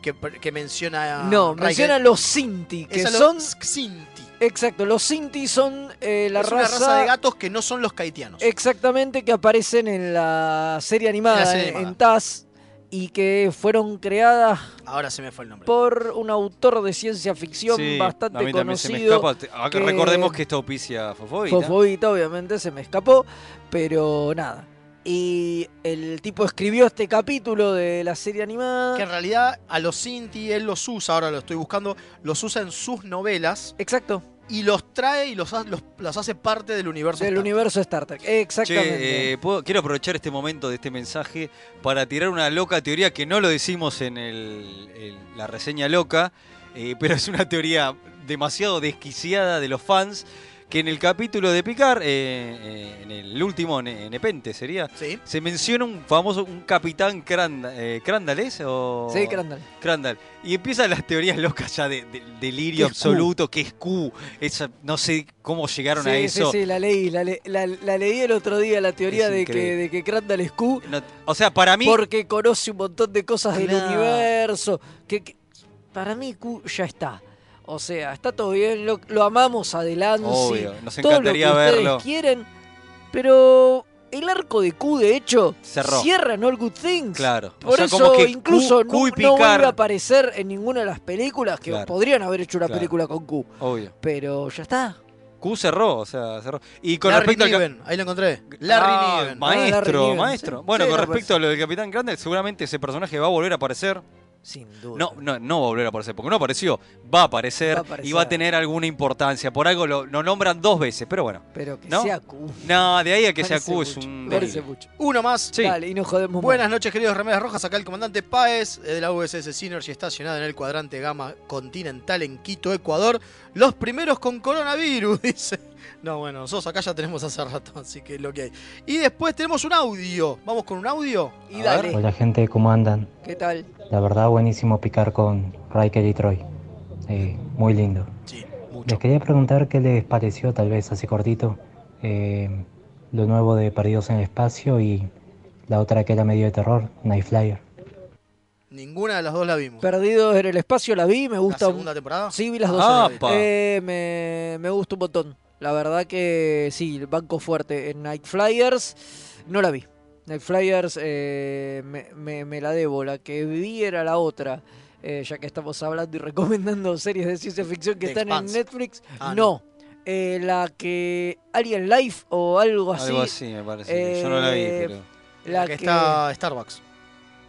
Speaker 3: que, que menciona
Speaker 4: No,
Speaker 3: Ah, Riker.
Speaker 4: mencionan los Sinti, que
Speaker 3: Es a
Speaker 4: son.
Speaker 3: los Xinti.
Speaker 4: Exacto, los Sinti son eh, la
Speaker 3: es
Speaker 4: raza.
Speaker 3: una raza de gatos que no son los caitianos.
Speaker 4: Exactamente, que aparecen en la serie animada,
Speaker 3: En la serie
Speaker 4: en-
Speaker 3: animada.
Speaker 4: en Taz, y que fueron creadas
Speaker 3: Ahora se me fue el nombre.
Speaker 4: por un autor de ciencia ficción
Speaker 2: Sí, a
Speaker 4: bastante
Speaker 2: mí también se me
Speaker 4: conocido.
Speaker 2: escapa. Te- ah,
Speaker 4: que-
Speaker 2: Recordemos que esto auspicia Fofobita.
Speaker 4: Fofobita, obviamente, se me escapó, pero nada. Y el tipo escribió este capítulo de la serie animada.
Speaker 3: Que en realidad a los Sinti él los usa, ahora lo estoy buscando, los usa en sus novelas
Speaker 4: Exacto,
Speaker 3: y los trae y los, ha- los, los hace parte del universo. este.
Speaker 4: del
Speaker 3: Star.
Speaker 4: universo Star Trek. Exactamente.
Speaker 2: Che, eh, puedo- quiero aprovechar este momento de este mensaje para tirar una loca teoría que no lo decimos en el- el- la reseña loca, eh, pero es una teoría demasiado desquiciada de los fans, que en el capítulo de Picar, eh, eh, en el último, en, en Epente sería,
Speaker 3: Sí.
Speaker 2: se menciona un famoso, un capitán Cranda- eh, Crandall, ¿es? O...
Speaker 4: Sí, Crandall.
Speaker 2: Crandall. Y empiezan las teorías locas ya de, de- delirio
Speaker 4: ¿Qué es Q?
Speaker 2: absoluto, que es Q, esa- no sé cómo llegaron a
Speaker 4: Sí,
Speaker 2: eso.
Speaker 4: sí, sí, la leí, la, le- la- la leí el otro día, la teoría
Speaker 2: Es
Speaker 4: de que,
Speaker 2: increíble.
Speaker 4: de que Crandall es Q.
Speaker 2: No- o sea, para mí...
Speaker 4: Porque conoce un montón de cosas del
Speaker 2: Claro.
Speaker 4: universo. Que, que- para mí Q ya está. O sea, está todo bien, lo, lo amamos a Delancey,
Speaker 2: Obvio, nos
Speaker 4: todo lo que
Speaker 2: encantaría
Speaker 4: ustedes
Speaker 2: verlo.
Speaker 4: quieren, pero el arco de Q de hecho
Speaker 2: Cerró.
Speaker 4: cierra en All Good Things.
Speaker 2: Claro.
Speaker 4: Por eso incluso
Speaker 2: Q- Q y
Speaker 4: no, no vuelve a
Speaker 2: Picard-
Speaker 4: aparecer en ninguna de las películas que
Speaker 2: Claro.
Speaker 4: podrían haber hecho una
Speaker 2: Claro.
Speaker 4: película con Q,
Speaker 2: Obvio.
Speaker 4: pero ya está.
Speaker 2: Q cerró, o sea, cerró. Y con
Speaker 3: Larry
Speaker 2: respecto al. ca-
Speaker 3: Niven, ahí lo encontré. Larry
Speaker 2: Ah,
Speaker 3: Niven.
Speaker 4: ma- Ah, Larry
Speaker 2: Maestro,
Speaker 4: Niven,
Speaker 2: maestro.
Speaker 4: sí.
Speaker 2: Bueno,
Speaker 4: Sí,
Speaker 2: con
Speaker 4: no,
Speaker 2: respecto a lo del Capitán Grande, seguramente ese personaje va a volver a aparecer.
Speaker 4: Sin duda.
Speaker 2: No, no, no va a volver a aparecer, porque no apareció. Va a aparecer,
Speaker 4: Va a aparecer.
Speaker 2: y va a tener alguna importancia. Por algo lo, lo nombran dos veces, pero bueno.
Speaker 4: Pero que
Speaker 2: ¿No?
Speaker 4: sea Q.
Speaker 2: No, de ahí a que sea
Speaker 4: Parece
Speaker 2: Q es
Speaker 4: mucho,
Speaker 2: un.
Speaker 4: Parece
Speaker 2: delirio.
Speaker 4: mucho.
Speaker 3: Uno más.
Speaker 2: Sí.
Speaker 4: Dale, y nos jodemos más.
Speaker 3: Buenas noches, queridos Remeras Rojas. Acá el comandante Páez eh, de la USS Synergy estacionada en el cuadrante Gama Continental en Quito, Ecuador. Los primeros con coronavirus, dice. No, bueno, nosotros acá ya tenemos hace rato, así que es lo que hay. Y después tenemos un audio. Vamos con un audio.
Speaker 4: Y
Speaker 2: A
Speaker 4: dale,
Speaker 7: Hola gente, ¿cómo andan?
Speaker 4: ¿qué tal?
Speaker 7: La verdad buenísimo picar con Riker y Troy. Eh, muy lindo.
Speaker 3: Sí, mucho.
Speaker 7: Les quería preguntar qué les pareció, tal vez así cortito, eh, lo nuevo de Perdidos en el Espacio y la otra que era medio de terror, Night Flyer.
Speaker 3: Ninguna de las dos la vimos.
Speaker 4: Perdidos en el espacio la vi, me
Speaker 3: ¿La
Speaker 4: gusta. un-
Speaker 3: segunda temporada?
Speaker 4: Sí, vi las dos.
Speaker 2: Ah,
Speaker 4: horas.
Speaker 2: pa.
Speaker 4: Eh, me, me gusta un montón. La verdad que sí, el banco fuerte en Night Flyers. No la vi. Night Flyers eh, me, me- me la debo. La que vi era la otra. Eh, ya que estamos hablando y recomendando series de ciencia ficción que
Speaker 3: The
Speaker 4: están
Speaker 3: Expanse.
Speaker 4: en Netflix.
Speaker 3: Ah,
Speaker 4: no. Eh, la que. Alien Life o algo así.
Speaker 2: Algo así me parece. Yo no la vi,
Speaker 4: eh,
Speaker 2: pero.
Speaker 3: La que, está Starbucks.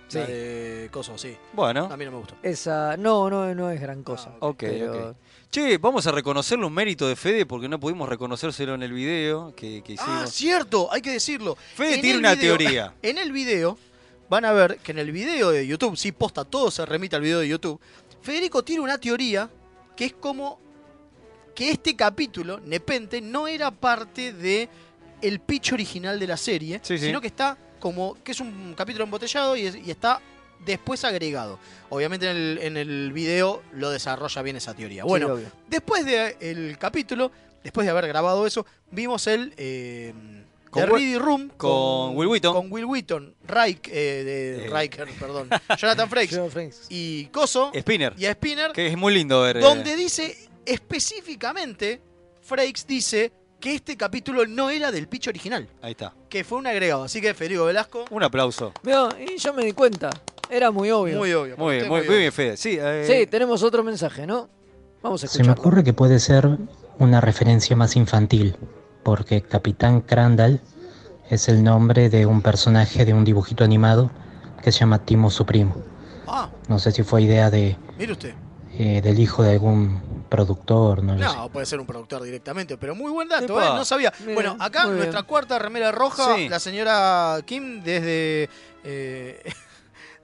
Speaker 4: Sí.
Speaker 3: La de Coso, sí.
Speaker 2: Bueno.
Speaker 3: A mí no me gustó.
Speaker 4: Esa. No, no, no es gran cosa.
Speaker 3: Ah,
Speaker 2: ok,
Speaker 4: pero-
Speaker 2: ok. Che, vamos a reconocerle un mérito de Fede porque no pudimos reconocérselo en el video que, que
Speaker 3: Ah,
Speaker 2: hicimos.
Speaker 3: cierto, hay que decirlo.
Speaker 2: Fede
Speaker 3: En
Speaker 2: tiene
Speaker 3: el
Speaker 2: una
Speaker 3: video-
Speaker 2: teoría.
Speaker 3: En el video van a ver que en el video de YouTube, sí, posta, todo se remite al video de YouTube. Federico tiene una teoría que es como que este capítulo, Nepente, no era parte de el pitch original de la serie,
Speaker 2: Sí, sí.
Speaker 3: sino que está como que es un capítulo embotellado y, es- y está después agregado. Obviamente en el, en el video lo desarrolla bien esa teoría. Bueno,
Speaker 4: Sí, obvio.
Speaker 3: Después del capítulo, después de haber grabado eso, vimos el eh,
Speaker 2: Con
Speaker 3: The
Speaker 2: Wil-
Speaker 3: Ready Room
Speaker 2: con Will Wheaton.
Speaker 3: Con Will Wheaton, Raik, eh, de,
Speaker 2: Eh.
Speaker 3: Riker, perdón, Jonathan Frakes
Speaker 4: Jonathan Frakes.
Speaker 3: y Coso
Speaker 2: Spinner.
Speaker 3: y a Spinner,
Speaker 2: Que es muy lindo ver. eh,
Speaker 3: donde dice específicamente, Frakes dice que este capítulo no era del pitch original,
Speaker 2: eh, Ahí está.
Speaker 3: que fue un agregado. Así que Federico Velasco,
Speaker 2: Un aplauso.
Speaker 4: Mirá, y yo me di cuenta. Era muy obvio.
Speaker 3: muy obvio.
Speaker 2: Muy bien,
Speaker 3: usted
Speaker 2: muy, muy bien, Fede. Sí, eh,
Speaker 4: Sí, tenemos otro mensaje, ¿no? Vamos a
Speaker 7: Se me
Speaker 4: escucharlo.
Speaker 7: ocurre que puede ser una referencia más infantil, porque Capitán Crandall es el nombre de un personaje de un dibujito animado que se llama Timo su primo.
Speaker 3: Ah,
Speaker 7: No sé si fue idea de,
Speaker 3: mire usted.
Speaker 7: eh, del hijo de algún productor, no lo sé.
Speaker 3: No, puede ser un productor directamente, pero muy buen dato,
Speaker 2: Epa.
Speaker 3: ¿eh? no sabía.
Speaker 4: Mira,
Speaker 3: bueno, acá
Speaker 4: muy
Speaker 3: nuestra
Speaker 4: bien.
Speaker 3: cuarta remera roja,
Speaker 2: Sí.
Speaker 3: la señora Kim desde eh,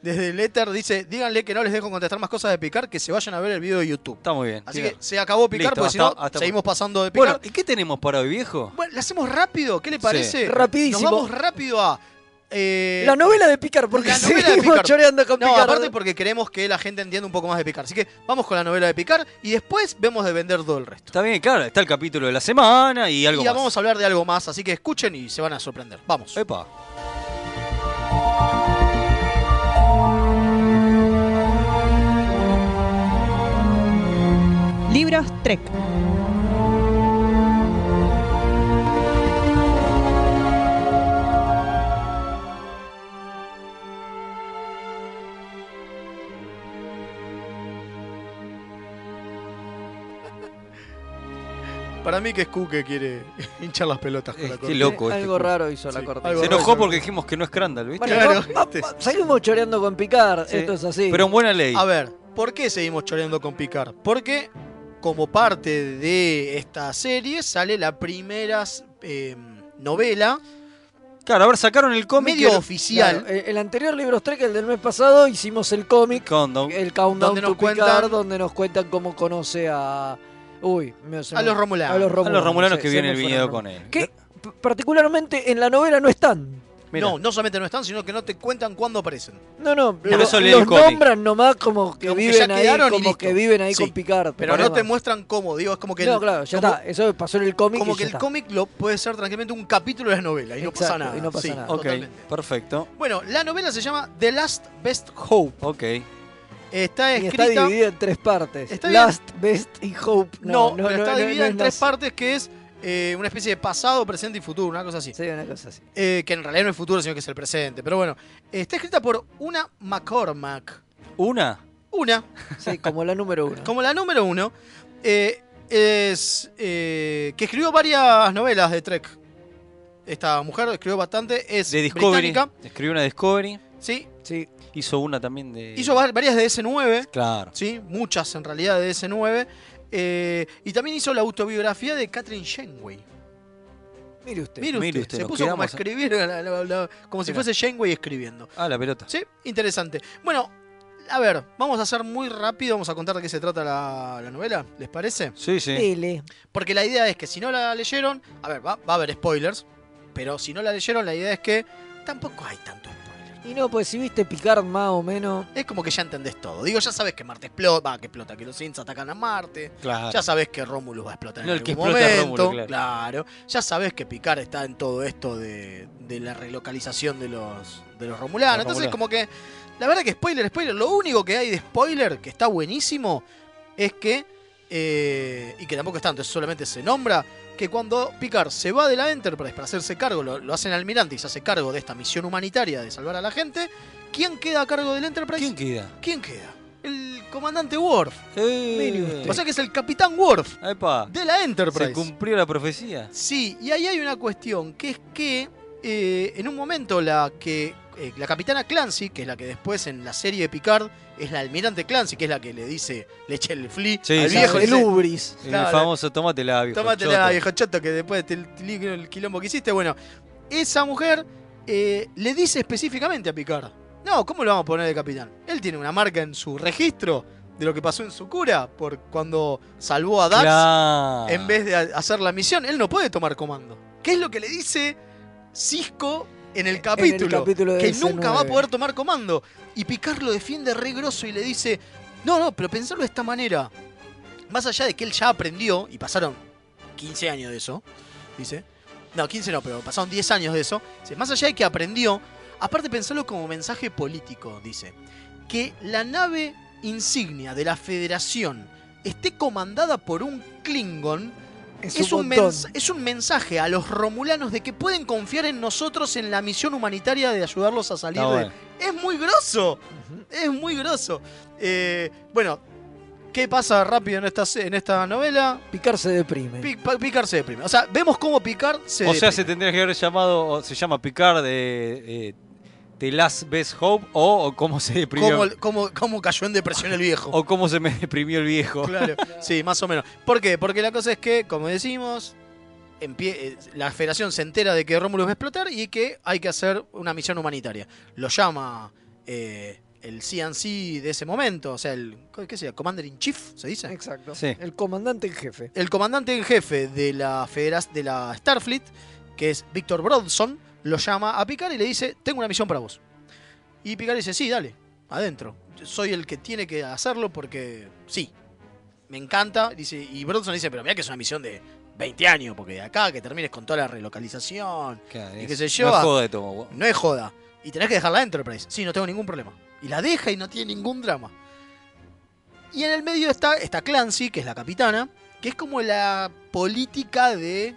Speaker 3: desde el éter dice, díganle que no les dejo contestar más cosas de Picar, que se vayan a ver el video de YouTube.
Speaker 2: Está muy bien.
Speaker 3: Así
Speaker 2: tiene-
Speaker 3: que se acabó Picar,
Speaker 2: Listo,
Speaker 3: porque si no,
Speaker 2: hasta- hasta-
Speaker 3: seguimos pasando de Picar.
Speaker 2: Bueno,
Speaker 3: Bueno,
Speaker 2: ¿y qué tenemos para hoy, viejo?
Speaker 3: ¿la hacemos rápido? ¿Qué le parece?
Speaker 4: Rapidísimo.
Speaker 3: Nos vamos rápido a... eh,
Speaker 4: La novela de Picard, porque
Speaker 3: la novela de
Speaker 4: seguimos
Speaker 3: Picard.
Speaker 4: choreando con
Speaker 3: no,
Speaker 4: Picard.
Speaker 3: aparte porque queremos que la gente entienda un poco más de Picar. Así que vamos con la novela de Picar y después vemos de vender todo el resto.
Speaker 2: Está bien, claro, está el capítulo de la semana y algo
Speaker 3: y ya
Speaker 2: más.
Speaker 3: vamos a hablar de algo más, Eh, así que escuchen y se van a sorprender. Vamos.
Speaker 2: Epa.
Speaker 8: Libros Trek.
Speaker 3: Para mí que es Q que quiere hinchar las pelotas con
Speaker 2: Eh,
Speaker 3: la
Speaker 2: qué
Speaker 3: corte.
Speaker 2: loco este
Speaker 4: Algo
Speaker 2: culo.
Speaker 4: raro hizo la
Speaker 3: Sí,
Speaker 4: corte.
Speaker 3: algo
Speaker 2: Se
Speaker 3: raro.
Speaker 2: enojó porque dijimos que no es Crandall, ¿viste?
Speaker 4: Bueno,
Speaker 3: Claro,
Speaker 4: va- va- va- seguimos choreando con Picard.
Speaker 2: Sí.
Speaker 4: Esto es así.
Speaker 2: Pero en buena ley.
Speaker 3: A ver, ¿por qué seguimos choreando con Picard? Porque como parte de esta serie sale la primera eh, novela
Speaker 2: Claro, a ver, sacaron el cómic.
Speaker 3: medio
Speaker 2: que-
Speaker 3: oficial
Speaker 4: Claro, el, eh, el anterior Libros Trek, el del mes pasado, hicimos el cómic,
Speaker 2: Condom.
Speaker 4: el Countdown
Speaker 3: Donde
Speaker 4: to
Speaker 3: nos
Speaker 4: Picard,
Speaker 3: cuentan-
Speaker 4: donde nos cuentan cómo conoce a... Uy, me- se
Speaker 3: a
Speaker 4: me-
Speaker 3: los Romulanos.
Speaker 4: a los
Speaker 2: A los romulanos
Speaker 4: se-
Speaker 2: que
Speaker 4: se
Speaker 2: vienen
Speaker 4: me
Speaker 2: el
Speaker 4: fueron
Speaker 2: viñedo
Speaker 4: los-
Speaker 2: con él.
Speaker 4: Que p- particularmente en la novela no están.
Speaker 2: Mira.
Speaker 3: No, no solamente no están, sino que no te cuentan cuándo aparecen.
Speaker 4: No, no, pero
Speaker 2: eso leí el
Speaker 4: los
Speaker 2: cómic.
Speaker 4: nombran nomás como que
Speaker 3: Como que
Speaker 4: viven
Speaker 3: ya
Speaker 4: ahí,
Speaker 3: quedaron y
Speaker 4: como
Speaker 3: listo.
Speaker 4: que viven ahí
Speaker 3: Sí,
Speaker 4: con Picard.
Speaker 3: Pero no te
Speaker 4: muestran
Speaker 3: muestran cómo, digo, es como que
Speaker 4: No,
Speaker 3: el-
Speaker 4: claro, ya
Speaker 3: como-
Speaker 4: está. Eso pasó en el cómic.
Speaker 3: Como
Speaker 4: y
Speaker 3: que
Speaker 4: ya
Speaker 3: el
Speaker 4: está.
Speaker 3: cómic lo puede ser tranquilamente un capítulo de la novela y no pasa
Speaker 4: Exacto,
Speaker 3: nada.
Speaker 4: y no pasa
Speaker 3: Sí,
Speaker 4: nada.
Speaker 2: Ok,
Speaker 3: totalmente.
Speaker 2: perfecto.
Speaker 3: Bueno, la novela se llama The Last Best Hope.
Speaker 2: Ok.
Speaker 3: Está
Speaker 4: Y
Speaker 3: escrita
Speaker 4: está dividido en tres partes.
Speaker 3: Está bien.
Speaker 4: Last, Best y Hope.
Speaker 3: No, pero
Speaker 4: No,
Speaker 3: está dividida
Speaker 4: no
Speaker 3: en
Speaker 4: es
Speaker 3: tres
Speaker 4: nazi.
Speaker 3: partes que es eh, una especie de pasado, presente y futuro, una cosa así.
Speaker 4: Sí, una cosa así.
Speaker 3: Eh, que en realidad no es futuro, sino que es el presente. Pero bueno, está escrita por una McCormack.
Speaker 2: Una.
Speaker 3: Una,
Speaker 4: Sí, como la número uno.
Speaker 3: como la número uno, eh, es eh, que escribió varias novelas de Trek. Esta mujer escribió bastante, es
Speaker 2: De Discovery.
Speaker 3: británica,
Speaker 2: Escribió una de Discovery.
Speaker 3: ¿sí?
Speaker 4: Sí,
Speaker 2: Hizo una también de.
Speaker 3: Hizo var- varias de S9,
Speaker 2: Claro.
Speaker 3: ¿sí? Muchas en realidad de S9. eh, y también hizo la autobiografía de Catherine Shenway.
Speaker 4: mire usted.
Speaker 3: Mire usted,
Speaker 2: Mire usted,
Speaker 3: se
Speaker 2: nos
Speaker 3: puso como a
Speaker 2: quedamos-
Speaker 3: escribir, la- la- la- como si
Speaker 2: Mira.
Speaker 3: fuese Janeway escribiendo.
Speaker 2: Ah, la pelota.
Speaker 3: Sí, interesante. Bueno, a ver, vamos a hacer muy rápido, vamos a contar de qué se trata la, la novela, ¿les parece?
Speaker 2: Sí, sí.
Speaker 4: Tele.
Speaker 3: Porque la idea es que si no la leyeron, a ver, va, va a haber spoilers, pero si no la leyeron, la idea es que tampoco hay tanto spoiler.
Speaker 4: Y no, pues si viste Picard más o menos.
Speaker 3: Es como que ya entendés todo. Digo, ya sabes que Marte explota, va, que explota, que los Sins atacan a Marte.
Speaker 2: Claro.
Speaker 3: Ya sabes que Rómulo va a explotar en
Speaker 2: No, el
Speaker 3: algún
Speaker 2: que explota es
Speaker 3: momento.
Speaker 2: Rómulo,
Speaker 3: claro. Ya sabes que Picard está en todo esto de, de la relocalización de los, de los Romulanos.
Speaker 2: Los
Speaker 3: Entonces, como que. La verdad que spoiler, spoiler. Lo único que hay de spoiler que está buenísimo es que eh, y que tampoco es tanto, es solamente se nombra, que cuando Picard se va de la Enterprise para hacerse cargo, lo, lo hacen almirante y se hace cargo de esta misión humanitaria de salvar a la gente, ¿quién queda a cargo del Enterprise?
Speaker 2: ¿Quién queda?
Speaker 3: ¿Quién queda? El comandante Worf.
Speaker 2: Eh,
Speaker 4: Mire usted.
Speaker 3: O sea que es el capitán Worf
Speaker 2: Epa,
Speaker 3: de la Enterprise.
Speaker 2: se cumplió la profecía.
Speaker 3: Sí, y ahí hay una cuestión, que es que eh, en un momento la que eh, la capitana Clancy, que es la que después en la serie de Picard es la almirante Clancy, que es la que le dice, le echa el fli
Speaker 2: Sí,
Speaker 3: al
Speaker 2: sí,
Speaker 3: viejo,
Speaker 2: sí.
Speaker 3: le
Speaker 4: el
Speaker 3: dice,
Speaker 4: Ubris.
Speaker 3: Claro.
Speaker 2: El famoso tómatela, viejo.
Speaker 3: tómatela,
Speaker 2: choto".
Speaker 3: viejo chato, que después te te libro el quilombo que hiciste. Bueno, esa mujer eh, le dice específicamente a Picard, no, ¿cómo lo vamos a poner de capitán? Él tiene una marca en su registro de lo que pasó en su cura por cuando salvó a Dax
Speaker 2: Claro.
Speaker 3: en vez de ha- hacer la misión, él no puede tomar comando. ¿Qué es lo que le dice Cisco en el capítulo?
Speaker 4: capítulo de
Speaker 3: que
Speaker 4: S9.
Speaker 3: nunca va a poder tomar comando. Y Picard lo defiende re grosso y le dice, no, no, pero pensarlo de esta manera. Más allá de que él ya aprendió, y pasaron 15 años de eso, dice. No, 15 no, pero pasaron 10 años de eso. Dice, más allá de que aprendió, aparte pensarlo como mensaje político, dice. Que la nave insignia de la Federación esté comandada por un Klingon
Speaker 4: Es,
Speaker 3: es un,
Speaker 4: montón.
Speaker 3: mens- es un mensaje a los romulanos de que pueden confiar en nosotros en la misión humanitaria de ayudarlos a salir
Speaker 2: Está
Speaker 3: de-
Speaker 2: bueno.
Speaker 3: Es muy grosso,
Speaker 4: Ujú.
Speaker 3: es muy grosso. Eh, bueno, ¿qué pasa rápido en esta, se- en esta novela?
Speaker 4: Picard se deprime.
Speaker 3: Pi- pa- Picard se deprime. O sea, vemos cómo Picard se
Speaker 2: O sea, se
Speaker 3: deprime.
Speaker 2: tendría que haber llamado, o se llama Picard de eh, The Last Best Hope, o, o cómo se deprimió.
Speaker 3: Cómo, cómo- cómo cayó en depresión el viejo.
Speaker 2: O cómo se me deprimió el viejo.
Speaker 3: Claro, sí, más o menos. ¿Por qué? Porque la cosa es que, como decimos, empie- eh, la federación se entera de que Romulus va a explotar y que hay que hacer una misión humanitaria. Lo llama eh, el CNC de ese momento, o sea, el ¿qué- ¿qué sea? Commander in Chief, ¿se dice?
Speaker 4: Exacto.
Speaker 2: Sí.
Speaker 4: El comandante en jefe.
Speaker 3: El comandante en jefe de la, federa- de la Starfleet, que es Victor Bronson, lo llama a Picard y le dice, tengo una misión para vos. Y Picard dice, sí, dale, adentro. Yo Soy el que tiene que hacerlo porque sí, me encanta. Dice, y Bronson dice, pero mira que es una misión de 20 años, porque de acá que termines con toda la relocalización,
Speaker 2: Claro,
Speaker 3: Y
Speaker 2: es-
Speaker 3: que se
Speaker 2: No
Speaker 3: lleva-
Speaker 2: es joda de tomo, bo-
Speaker 3: no es joda. Y tenés que dejar la Enterprise. Sí, no tengo ningún problema. Y la deja y no tiene ningún drama. Y en el medio está, está Clancy, que es la capitana, que es como la política de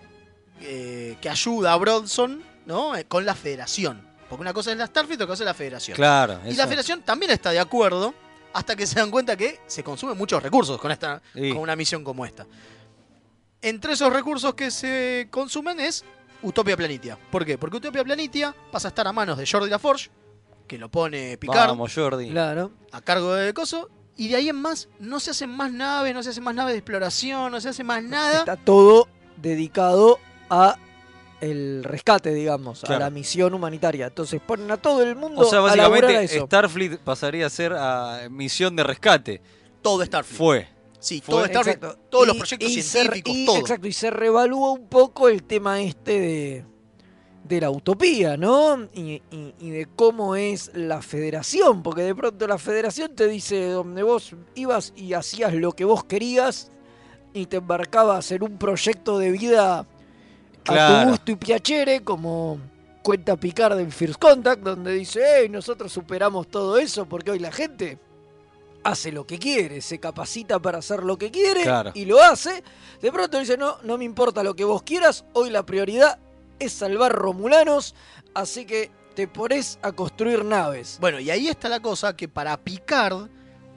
Speaker 3: eh, que ayuda a Bronson ¿no? Eh, con la federación. Porque una cosa es la Starfleet, otra cosa es la federación.
Speaker 2: Claro.
Speaker 3: Y
Speaker 2: eso-
Speaker 3: la federación también está de acuerdo hasta que se dan cuenta que se consumen muchos recursos con, esta,
Speaker 2: Sí.
Speaker 3: con una misión como esta. Entre esos recursos que se consumen es Utopia Planitia. ¿Por qué? Porque Utopia Planitia pasa a estar a manos de Jordi Laforge, que lo pone Picard
Speaker 2: Vamos, Jordi.
Speaker 4: Claro.
Speaker 3: a cargo de Coso, y de ahí en más no se hacen más naves, no se hacen más naves de exploración, no se hace más nada.
Speaker 4: Está todo dedicado a el rescate, digamos, a
Speaker 2: Claro.
Speaker 4: la misión humanitaria. Entonces ponen a todo el mundo
Speaker 2: O sea,
Speaker 4: a laburar a
Speaker 2: básicamente
Speaker 4: eso.
Speaker 2: Starfleet pasaría a ser a misión de rescate.
Speaker 3: Todo Starfleet.
Speaker 2: Fue.
Speaker 3: sí,
Speaker 2: fue-
Speaker 3: todo Starfleet.
Speaker 4: Exacto.
Speaker 3: todos los proyectos
Speaker 4: se
Speaker 3: científicos,
Speaker 4: re- y-
Speaker 3: todo.
Speaker 4: Exacto, y se revalúa un poco el tema este de, de la utopía, ¿no? Y, y- y de cómo es la federación, porque de pronto la federación te dice donde vos ibas y hacías lo que vos querías y te embarcabas en un proyecto de vida a
Speaker 2: Claro.
Speaker 4: tu gusto y piacere, como cuenta Picard en First Contact, donde dice, hey, nosotros superamos todo eso porque hoy la gente hace lo que quiere, se capacita para hacer lo que quiere
Speaker 2: Claro.
Speaker 4: y lo hace. De pronto dice, no, no me importa lo que vos quieras, hoy la prioridad es salvar Romulanos, así que te pones a construir naves.
Speaker 3: Bueno, y ahí está la cosa que para Picard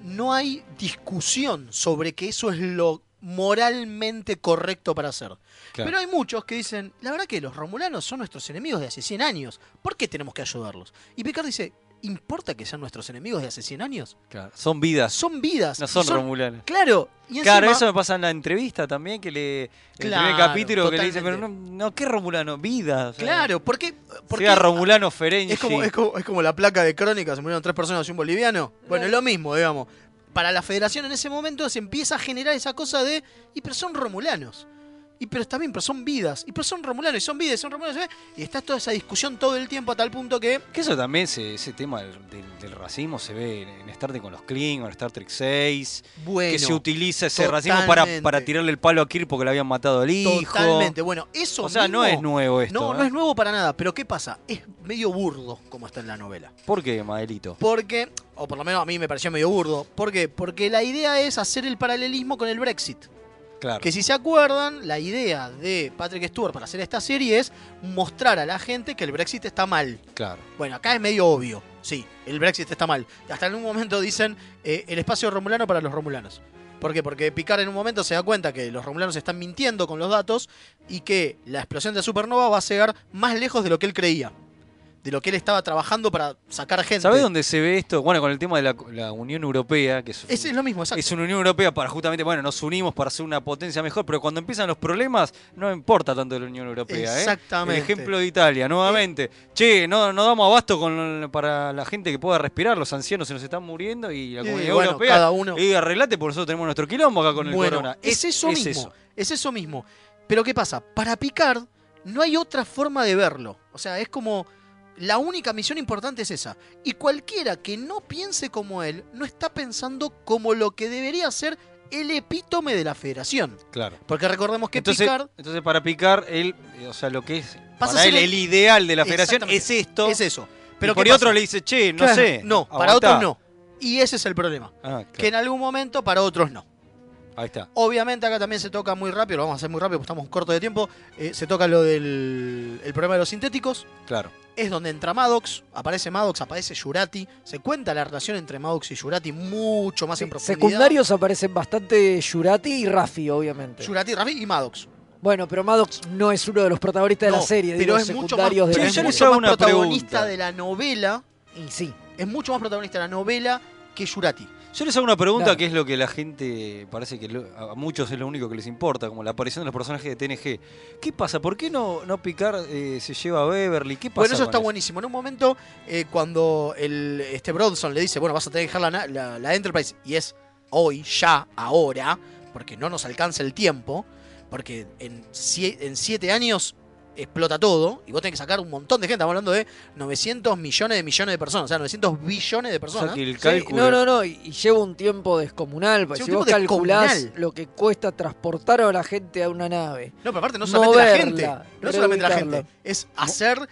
Speaker 3: no hay discusión sobre que eso es lo moralmente correcto para hacer.
Speaker 2: Claro.
Speaker 3: Pero hay muchos que dicen, la verdad que los romulanos son nuestros enemigos de hace 100 años, ¿por qué tenemos que ayudarlos? Y Picard dice, ¿importa que sean nuestros enemigos de hace 100 años?
Speaker 2: Claro. Son vidas.
Speaker 3: Son vidas.
Speaker 2: No
Speaker 3: y
Speaker 2: son romulanos.
Speaker 3: Claro, y encima,
Speaker 2: Claro, eso me pasa en la entrevista también, que le. en el primer
Speaker 3: Claro,
Speaker 2: capítulo que le dicen, pero
Speaker 3: totalmente.
Speaker 2: no, no, ¿qué Romulano? Vida. o sea,
Speaker 3: Claro, ¿por qué? por
Speaker 2: Sea
Speaker 3: qué-
Speaker 2: Romulano Ferengi.
Speaker 3: Es como, es, como, es como la placa de crónica, se murieron tres personas y un boliviano. Bueno, es lo mismo, digamos. Para la federación en ese momento se empieza a generar esa cosa de, y pero son romulanos. Y pero también, pero son vidas. Y pero son romulanos, y son vidas, y son romulanos. ¿sabes? Y está toda esa discusión todo el tiempo a tal punto que...
Speaker 2: Que eso también, se- ese tema del, del- del racismo se ve en, en Star Trek con los Klingon, en Star Trek 6,
Speaker 3: Bueno,
Speaker 2: que se utiliza ese racismo para, para
Speaker 3: totalmente.
Speaker 2: tirarle el palo a Kirk porque le habían matado al hijo.
Speaker 3: totalmente. Bueno, eso
Speaker 2: O sea, no
Speaker 3: mismo-
Speaker 2: es nuevo esto.
Speaker 3: No, no
Speaker 2: ¿eh?
Speaker 3: es nuevo para nada. Pero ¿qué pasa? Es medio burdo como está en la novela.
Speaker 2: ¿eh? ¿Por qué, Madelito?
Speaker 3: Porque, o por lo menos a mí me pareció medio burdo, ¿por qué? Porque la idea es hacer el paralelismo con el Brexit.
Speaker 2: Claro.
Speaker 3: Que si se acuerdan, la idea de Patrick Stewart para hacer esta serie es mostrar a la gente que el Brexit está mal.
Speaker 2: Claro.
Speaker 3: Bueno, acá es medio obvio. Sí, el Brexit está mal. Hasta en un momento dicen eh, el espacio romulano para los romulanos. ¿Por qué? Porque Picard en un momento se da cuenta que los romulanos están mintiendo con los datos y que la explosión de supernova va a llegar más lejos de lo que él creía. De lo que él estaba trabajando para sacar gente.
Speaker 2: ¿Sabés dónde se ve esto? Bueno, con el tema de la, la Unión Europea, que es,
Speaker 3: Es, es lo mismo, exacto.
Speaker 2: es una Unión Europea para justamente, bueno, nos unimos para ser una potencia mejor, pero cuando empiezan los problemas, no importa tanto la Unión Europea. ¿eh?
Speaker 3: Exactamente.
Speaker 2: El ejemplo de Italia, nuevamente. Che, no, no damos abasto con, para la gente que pueda respirar, los ancianos se nos están muriendo y la
Speaker 3: Y
Speaker 2: Comunidad
Speaker 3: bueno,
Speaker 2: Europea.
Speaker 3: cada uno-
Speaker 2: Y arreglate, por nosotros tenemos nuestro quilombo acá con el
Speaker 3: Bueno,
Speaker 2: corona.
Speaker 3: Es, eso mismo. Es eso mismo. Pero ¿qué pasa? Para Picard no hay otra forma de verlo. O sea, es como la única misión importante es esa. Y cualquiera que no piense como él no está pensando como lo que debería ser el epítome de la federación.
Speaker 2: Claro.
Speaker 3: Porque recordemos que
Speaker 2: entonces,
Speaker 3: Picard
Speaker 2: entonces, para picar, él, eh, o sea, lo que es.
Speaker 3: Pasa a
Speaker 2: para
Speaker 3: ser
Speaker 2: él,
Speaker 3: el-
Speaker 2: el ideal de la federación es
Speaker 3: Exactamente.
Speaker 2: esto.
Speaker 3: es eso.
Speaker 2: Pero
Speaker 3: Pero
Speaker 2: y
Speaker 3: ¿qué
Speaker 2: por ahí
Speaker 3: pasa?
Speaker 2: otro le dice, che, no
Speaker 3: Claro,
Speaker 2: sé. Ah,
Speaker 3: No, para
Speaker 2: aguantá.
Speaker 3: otros no. Y ese es el problema.
Speaker 2: Ah,
Speaker 3: Que
Speaker 2: claro.
Speaker 3: en algún momento para otros no.
Speaker 2: Ahí está.
Speaker 3: Obviamente acá también se toca muy rápido, lo vamos a hacer muy rápido porque estamos cortos de tiempo. Eh, se toca lo del el problema de los sintéticos.
Speaker 2: Claro.
Speaker 3: es donde entra Maddox, aparece Maddox, aparece Jurati, se cuenta la relación entre Maddox y Jurati mucho más en profundidad.
Speaker 4: Secundarios aparecen bastante Yurati y Rafi, obviamente.
Speaker 3: Jurati, Rafi y Maddox.
Speaker 4: Bueno, pero Maddox no es uno de los protagonistas
Speaker 3: No,
Speaker 4: de la serie,
Speaker 3: pero
Speaker 4: digo,
Speaker 3: es mucho más,
Speaker 4: secundarios de
Speaker 2: Che,
Speaker 4: la
Speaker 3: pero
Speaker 2: yo
Speaker 3: es
Speaker 4: serie.
Speaker 2: les
Speaker 3: mucho
Speaker 2: hago
Speaker 3: más
Speaker 2: una
Speaker 3: protagonista
Speaker 2: pregunta.
Speaker 3: de la novela,
Speaker 4: Y sí.
Speaker 3: es mucho más protagonista de la novela que Jurati.
Speaker 2: Yo les hago una pregunta
Speaker 4: Claro.
Speaker 2: que es lo que la gente parece que lo- a muchos es lo único que les importa, como la aparición de los personajes de TNG. ¿Qué pasa? ¿Por qué no, no picar eh, se lleva a Beverly? ¿Qué pasa?
Speaker 3: Bueno, eso
Speaker 2: con
Speaker 3: está buenísimo. En un momento, eh, cuando el, este Bronson le dice, bueno, vas a tener que dejar la, na- la- la Enterprise, y es hoy, ya, ahora, porque no nos alcanza el tiempo, porque en, sie- en siete años explota todo, y vos tenés que sacar un montón de gente, estamos hablando de 900 millones de millones de personas, o sea, 900 billones de
Speaker 2: O sea,
Speaker 3: personas.
Speaker 2: que el
Speaker 4: Sí,
Speaker 2: cálculo. Ah,
Speaker 4: no, no, no, y, y lleva un tiempo descomunal. porque
Speaker 3: Lleva un
Speaker 4: si vos
Speaker 3: tiempo
Speaker 4: calculás
Speaker 3: descomunal.
Speaker 4: lo que cuesta transportar a la gente a una nave.
Speaker 3: No, pero aparte no solamente la
Speaker 4: Moverla,
Speaker 3: gente. No solamente la
Speaker 4: reubicarla.
Speaker 3: gente. Es hacer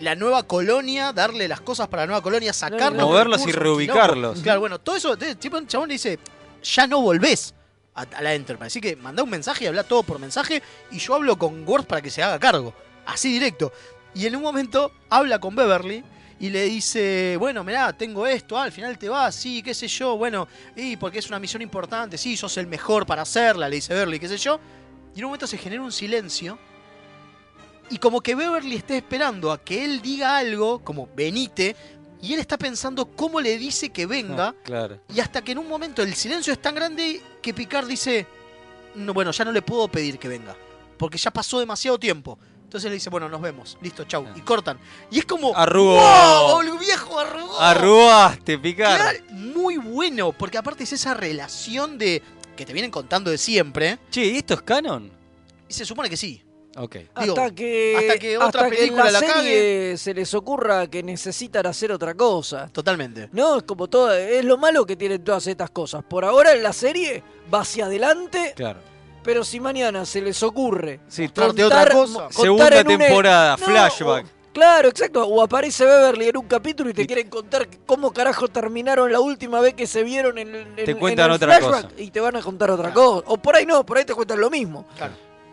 Speaker 3: la nueva colonia, darle las cosas para la nueva colonia, sacarlos.
Speaker 4: no.
Speaker 2: Moverlos y
Speaker 3: recursos, quilombo.
Speaker 2: reubicarlos.
Speaker 3: Claro, bueno, todo eso. entonces, tipo, un chabón le dice: Ya no volvés a, a la Enterprise. Así que mandá un mensaje y hablá todo por mensaje. Y yo hablo con Worf para que se haga cargo. Así directo. Y en un momento habla con Beverly. Y le dice, bueno, mirá, tengo esto, ah, al final te vas, sí, qué sé yo, bueno, y porque es una misión importante, sí, sos el mejor para hacerla, le dice Beverly, qué sé yo. Y en un momento se genera un silencio. Y como que Beverly está esperando a que él diga algo, como venite, y él está pensando cómo le dice que venga.
Speaker 2: Ah, claro.
Speaker 3: Y hasta que en un momento el silencio es tan grande que Picard dice, no, bueno, ya no le puedo pedir que venga, porque ya pasó demasiado tiempo. Entonces le dice, bueno, nos vemos, listo, chau.
Speaker 2: Ah.
Speaker 3: Y cortan. Y es como...
Speaker 2: Arrugó.
Speaker 3: ¡Wow! El viejo arrugó.
Speaker 2: Arrugaste, picar.
Speaker 3: Claro, muy bueno, porque aparte es esa relación de... que te vienen contando de siempre.
Speaker 2: Che, ¿y esto es canon?
Speaker 3: Y se supone que sí.
Speaker 2: Ok.
Speaker 3: Digo,
Speaker 4: hasta que,
Speaker 3: hasta que otra
Speaker 4: hasta que en
Speaker 3: película la
Speaker 4: la serie se les ocurra que necesitan hacer otra cosa.
Speaker 3: Totalmente.
Speaker 4: No, es como todo, es lo malo que tienen todas estas cosas. Por ahora en la serie va hacia adelante,
Speaker 2: Claro.
Speaker 4: pero si mañana se les ocurre
Speaker 2: Sí,
Speaker 3: Mostrarte otra cosa.
Speaker 4: mo- contar
Speaker 2: Segunda
Speaker 4: en un-
Speaker 3: e-
Speaker 2: temporada,
Speaker 4: No,
Speaker 2: flashback.
Speaker 4: o- claro, exacto. O aparece Beverly en un capítulo y te quieren contar que- cómo carajo terminaron la última vez que se vieron en, el- en-
Speaker 2: Te
Speaker 4: en
Speaker 2: cuentan
Speaker 4: el
Speaker 2: otra
Speaker 4: flashback
Speaker 2: cosa.
Speaker 4: y te van a contar otra
Speaker 3: Claro.
Speaker 4: cosa. O por ahí no, por ahí te cuentan lo mismo.
Speaker 3: Claro.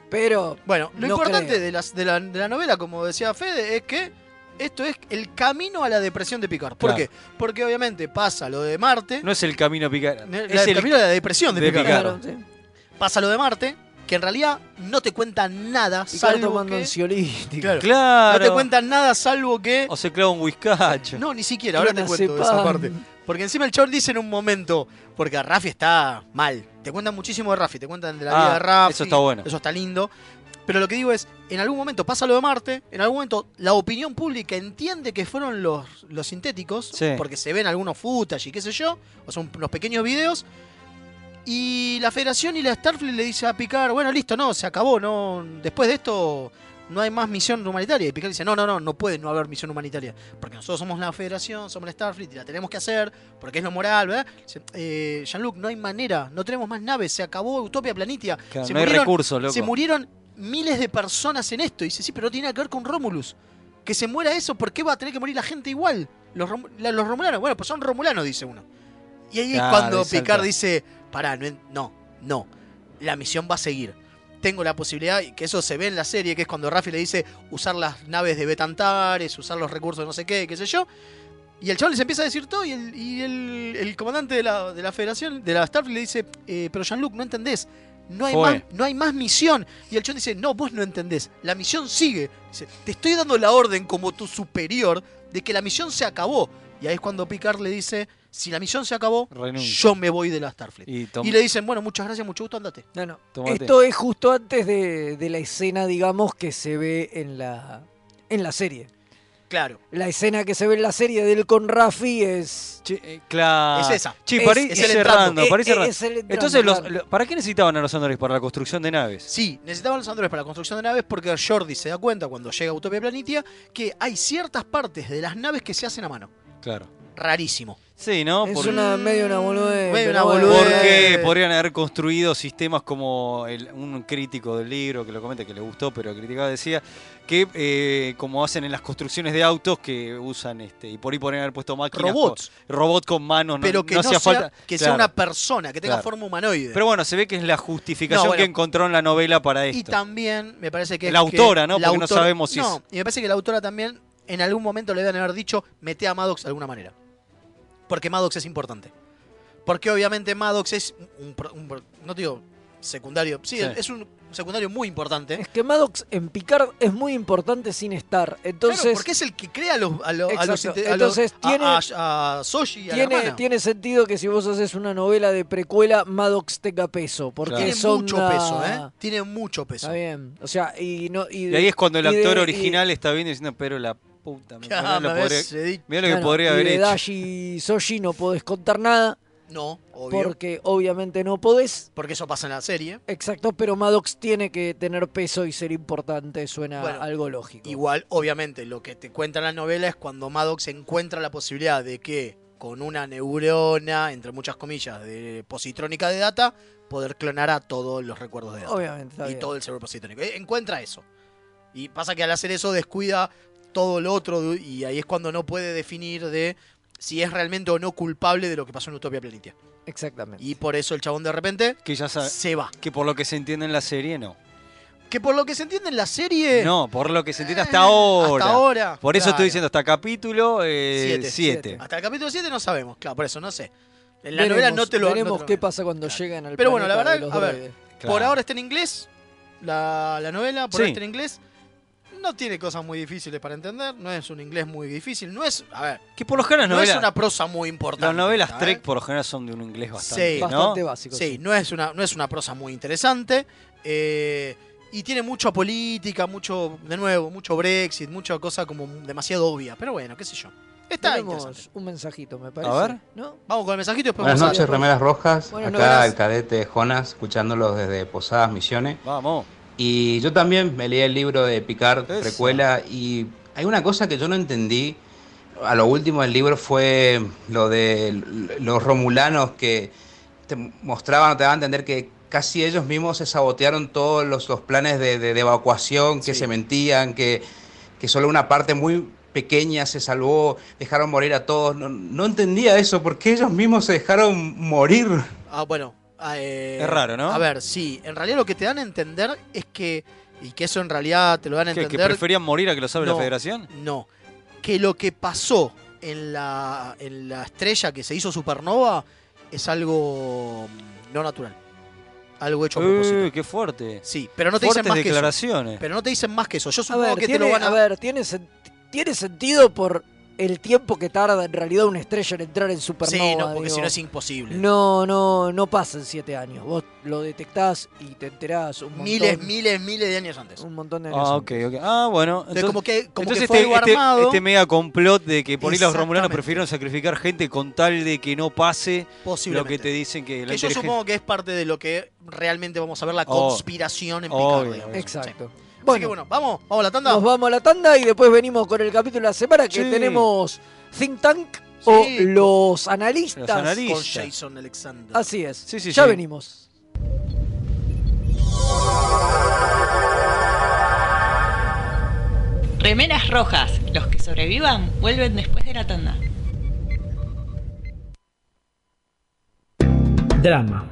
Speaker 4: Pero
Speaker 3: Bueno, lo
Speaker 4: No
Speaker 3: importante
Speaker 4: creo.
Speaker 3: de, las- de la, de la novela, como decía Fede, es que esto es el camino a la depresión de Picard. ¿Por
Speaker 2: Claro.
Speaker 3: qué? Porque obviamente pasa lo de Marte.
Speaker 2: No es el camino a picar.
Speaker 3: la-
Speaker 2: Es
Speaker 3: el
Speaker 2: el
Speaker 3: camino a la depresión de,
Speaker 2: de
Speaker 3: Picard.
Speaker 2: Picard.
Speaker 4: claro, sí.
Speaker 3: Pasa lo de Marte, que en realidad no te cuentan nada
Speaker 4: Picard
Speaker 3: salvo
Speaker 4: tomando
Speaker 3: que...
Speaker 4: ansiolítico.
Speaker 3: Claro.
Speaker 2: Claro.
Speaker 3: No te cuentan nada salvo que...
Speaker 2: O se clava un whiskacho.
Speaker 3: No, ni siquiera, ahora te
Speaker 4: Clonazepam.
Speaker 3: cuento esa parte. Porque encima el chabón dice en un momento, porque Rafi está mal. Te cuentan muchísimo de Rafi, te cuentan de la
Speaker 2: Ah,
Speaker 3: vida de Rafi.
Speaker 2: eso está bueno.
Speaker 3: Eso está lindo. Pero lo que digo es, en algún momento pasa lo de Marte, en algún momento la opinión pública entiende que fueron los, los sintéticos,
Speaker 2: Sí.
Speaker 3: porque se ven algunos footage y qué sé yo, o son unos pequeños videos. Y la Federación y la Starfleet le dice a Picard, bueno, listo, no, se acabó, no, después de esto no hay más misión humanitaria. Y Picard dice, no, no, no, no puede no haber misión humanitaria. Porque nosotros somos la federación, somos la Starfleet y la tenemos que hacer, porque es lo moral, ¿verdad? Dice, Eh, Jean-Luc, no hay manera, no tenemos más naves, se acabó Utopia Planitia.
Speaker 2: Claro,
Speaker 3: se,
Speaker 2: no hay
Speaker 3: murieron,
Speaker 2: recursos, loco.
Speaker 3: se murieron miles de personas en esto. Y dice, sí, pero no tiene nada que ver con Romulus. Que se muera eso, ¿por qué va a tener que morir la gente igual? Los, Rom- la- los romulanos, bueno, pues son romulanos, dice uno. Y ahí es
Speaker 2: Claro,
Speaker 3: cuando
Speaker 2: exacto.
Speaker 3: Picard dice, pará, no, en- no, no, la misión va a seguir. Tengo la posibilidad, y que eso se ve en la serie, que es cuando Rafi le dice usar las naves de Betantares, usar los recursos de no sé qué, qué sé yo. Y el chaval les empieza a decir todo y el, y el- el comandante de la, de la federación, de la Starfleet, le dice, eh, pero Jean-Luc, no entendés. No hay,
Speaker 5: Fue.
Speaker 3: más, no hay más misión. Y el chon dice, no, vos no entendés. La misión sigue. Dice, te estoy dando la orden como tu superior de que la misión se acabó. Y ahí es cuando Picard le dice, si la misión se acabó,
Speaker 2: Renuncia.
Speaker 3: yo me voy de la Starfleet.
Speaker 2: Y, tom-
Speaker 3: Y le dicen, bueno, muchas gracias, mucho gusto, andate.
Speaker 4: No, no.
Speaker 2: Tomate.
Speaker 4: Esto es justo antes de, de la escena, digamos, que se ve en la, en la serie.
Speaker 3: Claro.
Speaker 4: La escena que se ve en la serie de él con Rafi es.
Speaker 2: Che, eh, claro.
Speaker 3: Es esa.
Speaker 2: Che,
Speaker 4: Es-
Speaker 2: para ir
Speaker 3: es
Speaker 2: ir
Speaker 3: el entrando.
Speaker 2: cerrando, para ir
Speaker 4: Eh, eh,
Speaker 2: cerrando.
Speaker 4: es el drama,
Speaker 2: Entonces, los-
Speaker 4: claro.
Speaker 2: lo- ¿para qué necesitaban a los androides? Para la construcción de naves.
Speaker 3: Sí, necesitaban los androides para la construcción de naves porque Jordi se da cuenta cuando llega a Utopia Planitia que hay ciertas partes de las naves que se hacen a mano.
Speaker 2: Claro.
Speaker 3: Rarísimo.
Speaker 2: Sí, ¿no?
Speaker 4: Es
Speaker 2: Porque-
Speaker 4: una medio una boludez.
Speaker 3: Medio
Speaker 4: pero
Speaker 3: una
Speaker 4: bueno.
Speaker 3: boludez.
Speaker 2: Porque podrían haber construido sistemas como el- un crítico del libro que lo comenta, que le gustó, pero criticaba, decía que eh, como hacen en las construcciones de autos que usan este, y por ahí podrían haber puesto máquinas.
Speaker 3: Robots.
Speaker 2: con- robot con manos, no,
Speaker 3: pero que
Speaker 2: no
Speaker 3: no,
Speaker 2: hacía
Speaker 3: sea,
Speaker 2: falta.
Speaker 3: que sea
Speaker 2: Claro.
Speaker 3: una persona, que tenga
Speaker 2: Claro.
Speaker 3: forma humanoide.
Speaker 2: Pero bueno, se ve que es la justificación
Speaker 3: No, bueno.
Speaker 2: que encontró en la novela para
Speaker 3: y
Speaker 2: esto.
Speaker 3: también me parece que
Speaker 2: La
Speaker 3: es
Speaker 2: autora,
Speaker 3: que
Speaker 2: ¿no? Porque no sabemos si
Speaker 3: No, y me parece que la autora también en algún momento le deben haber dicho mete a Maddox de alguna manera. Porque Maddox es importante. Porque obviamente Maddox es un, pro- un pro- no te digo secundario, sí,
Speaker 2: Sí.
Speaker 3: es un secundario muy importante.
Speaker 4: Es que Maddox en Picard es muy importante sin estar. Entonces.
Speaker 3: claro, porque es el que crea a los a, los- a los
Speaker 4: Exacto.
Speaker 3: inte- a los-
Speaker 4: Entonces,
Speaker 3: a-
Speaker 4: tiene-
Speaker 3: a- a Soji y a la
Speaker 4: Tiene,
Speaker 3: hermana.
Speaker 4: tiene sentido que si vos haces una novela de precuela, Maddox tenga peso. Porque
Speaker 2: Claro.
Speaker 3: Tiene
Speaker 4: son
Speaker 3: mucho
Speaker 4: una-
Speaker 3: peso, ¿eh? Tiene mucho peso.
Speaker 4: Está bien. O sea, y no. Y,
Speaker 2: Y ahí es cuando el
Speaker 4: y de-
Speaker 2: actor
Speaker 4: y-
Speaker 2: original está viendo y diciendo, pero la puta, mirá
Speaker 3: Ah,
Speaker 2: lo
Speaker 3: me
Speaker 2: podría-
Speaker 3: habés dicho-
Speaker 2: mirá lo que
Speaker 4: claro,
Speaker 2: podría
Speaker 4: y
Speaker 2: haber
Speaker 4: de
Speaker 2: hecho.
Speaker 4: Dashi y Soji no podés contar nada.
Speaker 3: No, obvio.
Speaker 4: Porque obviamente no podés.
Speaker 3: Porque eso pasa en la serie.
Speaker 4: Exacto, pero Maddox tiene que tener peso y ser importante. Suena
Speaker 3: Bueno,
Speaker 4: algo lógico.
Speaker 3: Igual, obviamente, lo que te cuenta la novela es cuando Maddox encuentra la posibilidad de que con una neurona, entre muchas comillas, de positrónica de data, poder clonar a todos los recuerdos de data.
Speaker 4: Obviamente. está
Speaker 3: y
Speaker 4: bien.
Speaker 3: todo el cerebro positrónico. Eh, Encuentra eso. Y pasa que al hacer eso descuida todo lo otro du- y ahí es cuando no puede definir de si es realmente o no culpable de lo que pasó en Utopia Planitia.
Speaker 4: Exactamente.
Speaker 3: Y por eso el chabón de repente
Speaker 2: Que ya sabe,
Speaker 3: se va.
Speaker 2: que por lo que se entiende en la serie, no.
Speaker 3: Que por lo que se entiende en la serie...
Speaker 2: No, por lo que se entiende hasta
Speaker 3: eh,
Speaker 2: ahora.
Speaker 3: Hasta ahora.
Speaker 2: Por eso
Speaker 3: claro.
Speaker 2: estoy diciendo hasta capítulo eh, 7.
Speaker 3: Siete. Ah, Hasta el capítulo 7 no sabemos, claro, por eso no sé. En la
Speaker 4: Veremos-
Speaker 3: novela no te lo
Speaker 4: Veremos
Speaker 3: no te lo-
Speaker 4: qué pasa cuando
Speaker 3: Claro.
Speaker 4: llegan al
Speaker 3: Pero bueno, la
Speaker 4: planeta de
Speaker 3: verdad,
Speaker 4: los
Speaker 3: a ver,
Speaker 4: droides.
Speaker 3: Por ahora está en inglés, la, la novela, por
Speaker 2: Sí.
Speaker 3: ahora está en inglés. No tiene cosas muy difíciles para entender, no es un inglés muy difícil, no es, a ver,
Speaker 2: Que por lo general
Speaker 3: no
Speaker 2: las novelas,
Speaker 3: es una prosa muy importante.
Speaker 2: las novelas
Speaker 3: ¿eh?
Speaker 2: Trek por lo general son de un inglés bastante,
Speaker 3: Sí.
Speaker 2: ¿no?
Speaker 4: Bastante básico.
Speaker 3: Sí, eh, no es una, no es una prosa muy interesante. eh, y tiene mucha política, mucho, de nuevo, mucho Brexit, mucha cosa como demasiado obvia. Pero bueno, qué sé yo. Está interesante.
Speaker 4: Tenemos un mensajito, me parece.
Speaker 2: ver.
Speaker 4: ¿No?
Speaker 3: Vamos con el mensajito y después
Speaker 8: Buenas
Speaker 3: pues, vamos a-
Speaker 8: noches, Remeras Rojas.
Speaker 4: Buenas
Speaker 8: Acá
Speaker 4: noches.
Speaker 8: el cadete Jonas, escuchándolos desde Posadas Misiones.
Speaker 2: Vamos.
Speaker 8: Y yo también me leí el libro de Picard,
Speaker 2: Eso.
Speaker 8: precuela, y hay una cosa que yo no entendí. A lo último del libro fue lo de l- los romulanos que te mostraban, te daban a entender que casi ellos mismos se sabotearon todos los, los planes de, de- de evacuación, que
Speaker 3: Sí.
Speaker 8: se mentían, que, que solo una parte muy pequeña se salvó, dejaron morir a todos. No, no entendía eso, porque ellos mismos se dejaron morir.
Speaker 3: Ah, bueno. ah, eh,
Speaker 2: Es raro, ¿no?
Speaker 3: A ver, sí. En realidad lo que te dan a entender es que. Y que eso en realidad te lo dan a
Speaker 2: ¿Qué, ¿Que
Speaker 3: entender.
Speaker 2: preferían morir a que lo sabe la
Speaker 3: No.
Speaker 2: Federación?
Speaker 3: no. Que lo que pasó en la, en la estrella que se hizo supernova es algo mm, no natural. Algo hecho a
Speaker 2: Uy,
Speaker 3: propósito.
Speaker 2: qué fuerte.
Speaker 3: Sí, pero no te dicen
Speaker 2: Fuertes
Speaker 3: más que eso.
Speaker 2: declaraciones.
Speaker 3: Pero no te dicen más que eso. Yo
Speaker 4: A
Speaker 3: supongo
Speaker 4: ver,
Speaker 3: que te
Speaker 4: tiene,
Speaker 3: lo van a.
Speaker 4: a ver, tiene, sen- tiene sentido por el tiempo que tarda en realidad una estrella en entrar en
Speaker 3: sí,
Speaker 4: supernova.
Speaker 3: no, porque
Speaker 4: digo.
Speaker 3: si no es imposible.
Speaker 4: no, no, no pasan siete años. Vos lo detectás y te enterás un montón.
Speaker 3: miles, miles, miles de años antes.
Speaker 4: Un montón de años.
Speaker 2: Ah, ok,
Speaker 4: antes.
Speaker 2: ok. Ah, bueno.
Speaker 3: Entonces, como que, como
Speaker 2: entonces
Speaker 3: que fue
Speaker 2: este,
Speaker 3: algo
Speaker 2: este-
Speaker 3: armado.
Speaker 2: este mega complot de que por ahí los romulanos
Speaker 3: Exactamente.
Speaker 2: prefirieron sacrificar gente con tal de que no pase lo
Speaker 3: posiblemente.
Speaker 2: que te dicen que
Speaker 3: Que
Speaker 2: la
Speaker 3: yo
Speaker 2: inteligencia-
Speaker 3: supongo que es parte de lo que realmente vamos a ver la
Speaker 2: Oh.
Speaker 3: conspiración en
Speaker 2: Obvio,
Speaker 3: Picard. digamos.
Speaker 2: obvio.
Speaker 3: Sí.
Speaker 4: Exacto.
Speaker 3: Así que bueno, vamos, vamos a la tanda.
Speaker 4: Nos vamos a la tanda y después venimos con el capítulo de la semana que
Speaker 2: Sí.
Speaker 4: tenemos Think Tank o
Speaker 3: Sí.
Speaker 4: los analistas.
Speaker 2: Los analistas.
Speaker 3: con
Speaker 2: lista.
Speaker 3: Jason Alexander.
Speaker 4: Así es.
Speaker 2: Sí, sí,
Speaker 4: ya
Speaker 2: sí.
Speaker 4: venimos.
Speaker 9: Remeras rojas. Los que sobrevivan vuelven después de la tanda.
Speaker 10: Drama.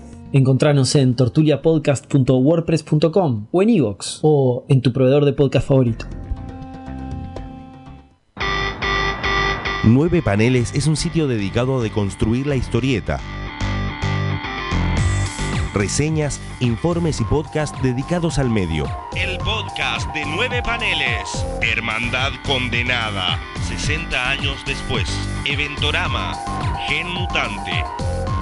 Speaker 10: Encontranos en tortuliapodcast.wordpress.com o en iVoox o en tu proveedor de podcast favorito.
Speaker 11: Nueve Paneles es un sitio dedicado a deconstruir la historieta. Reseñas, informes y podcast dedicados al medio.
Speaker 12: El podcast de nueve paneles. Hermandad condenada. 60 años después. Eventorama. Gen mutante.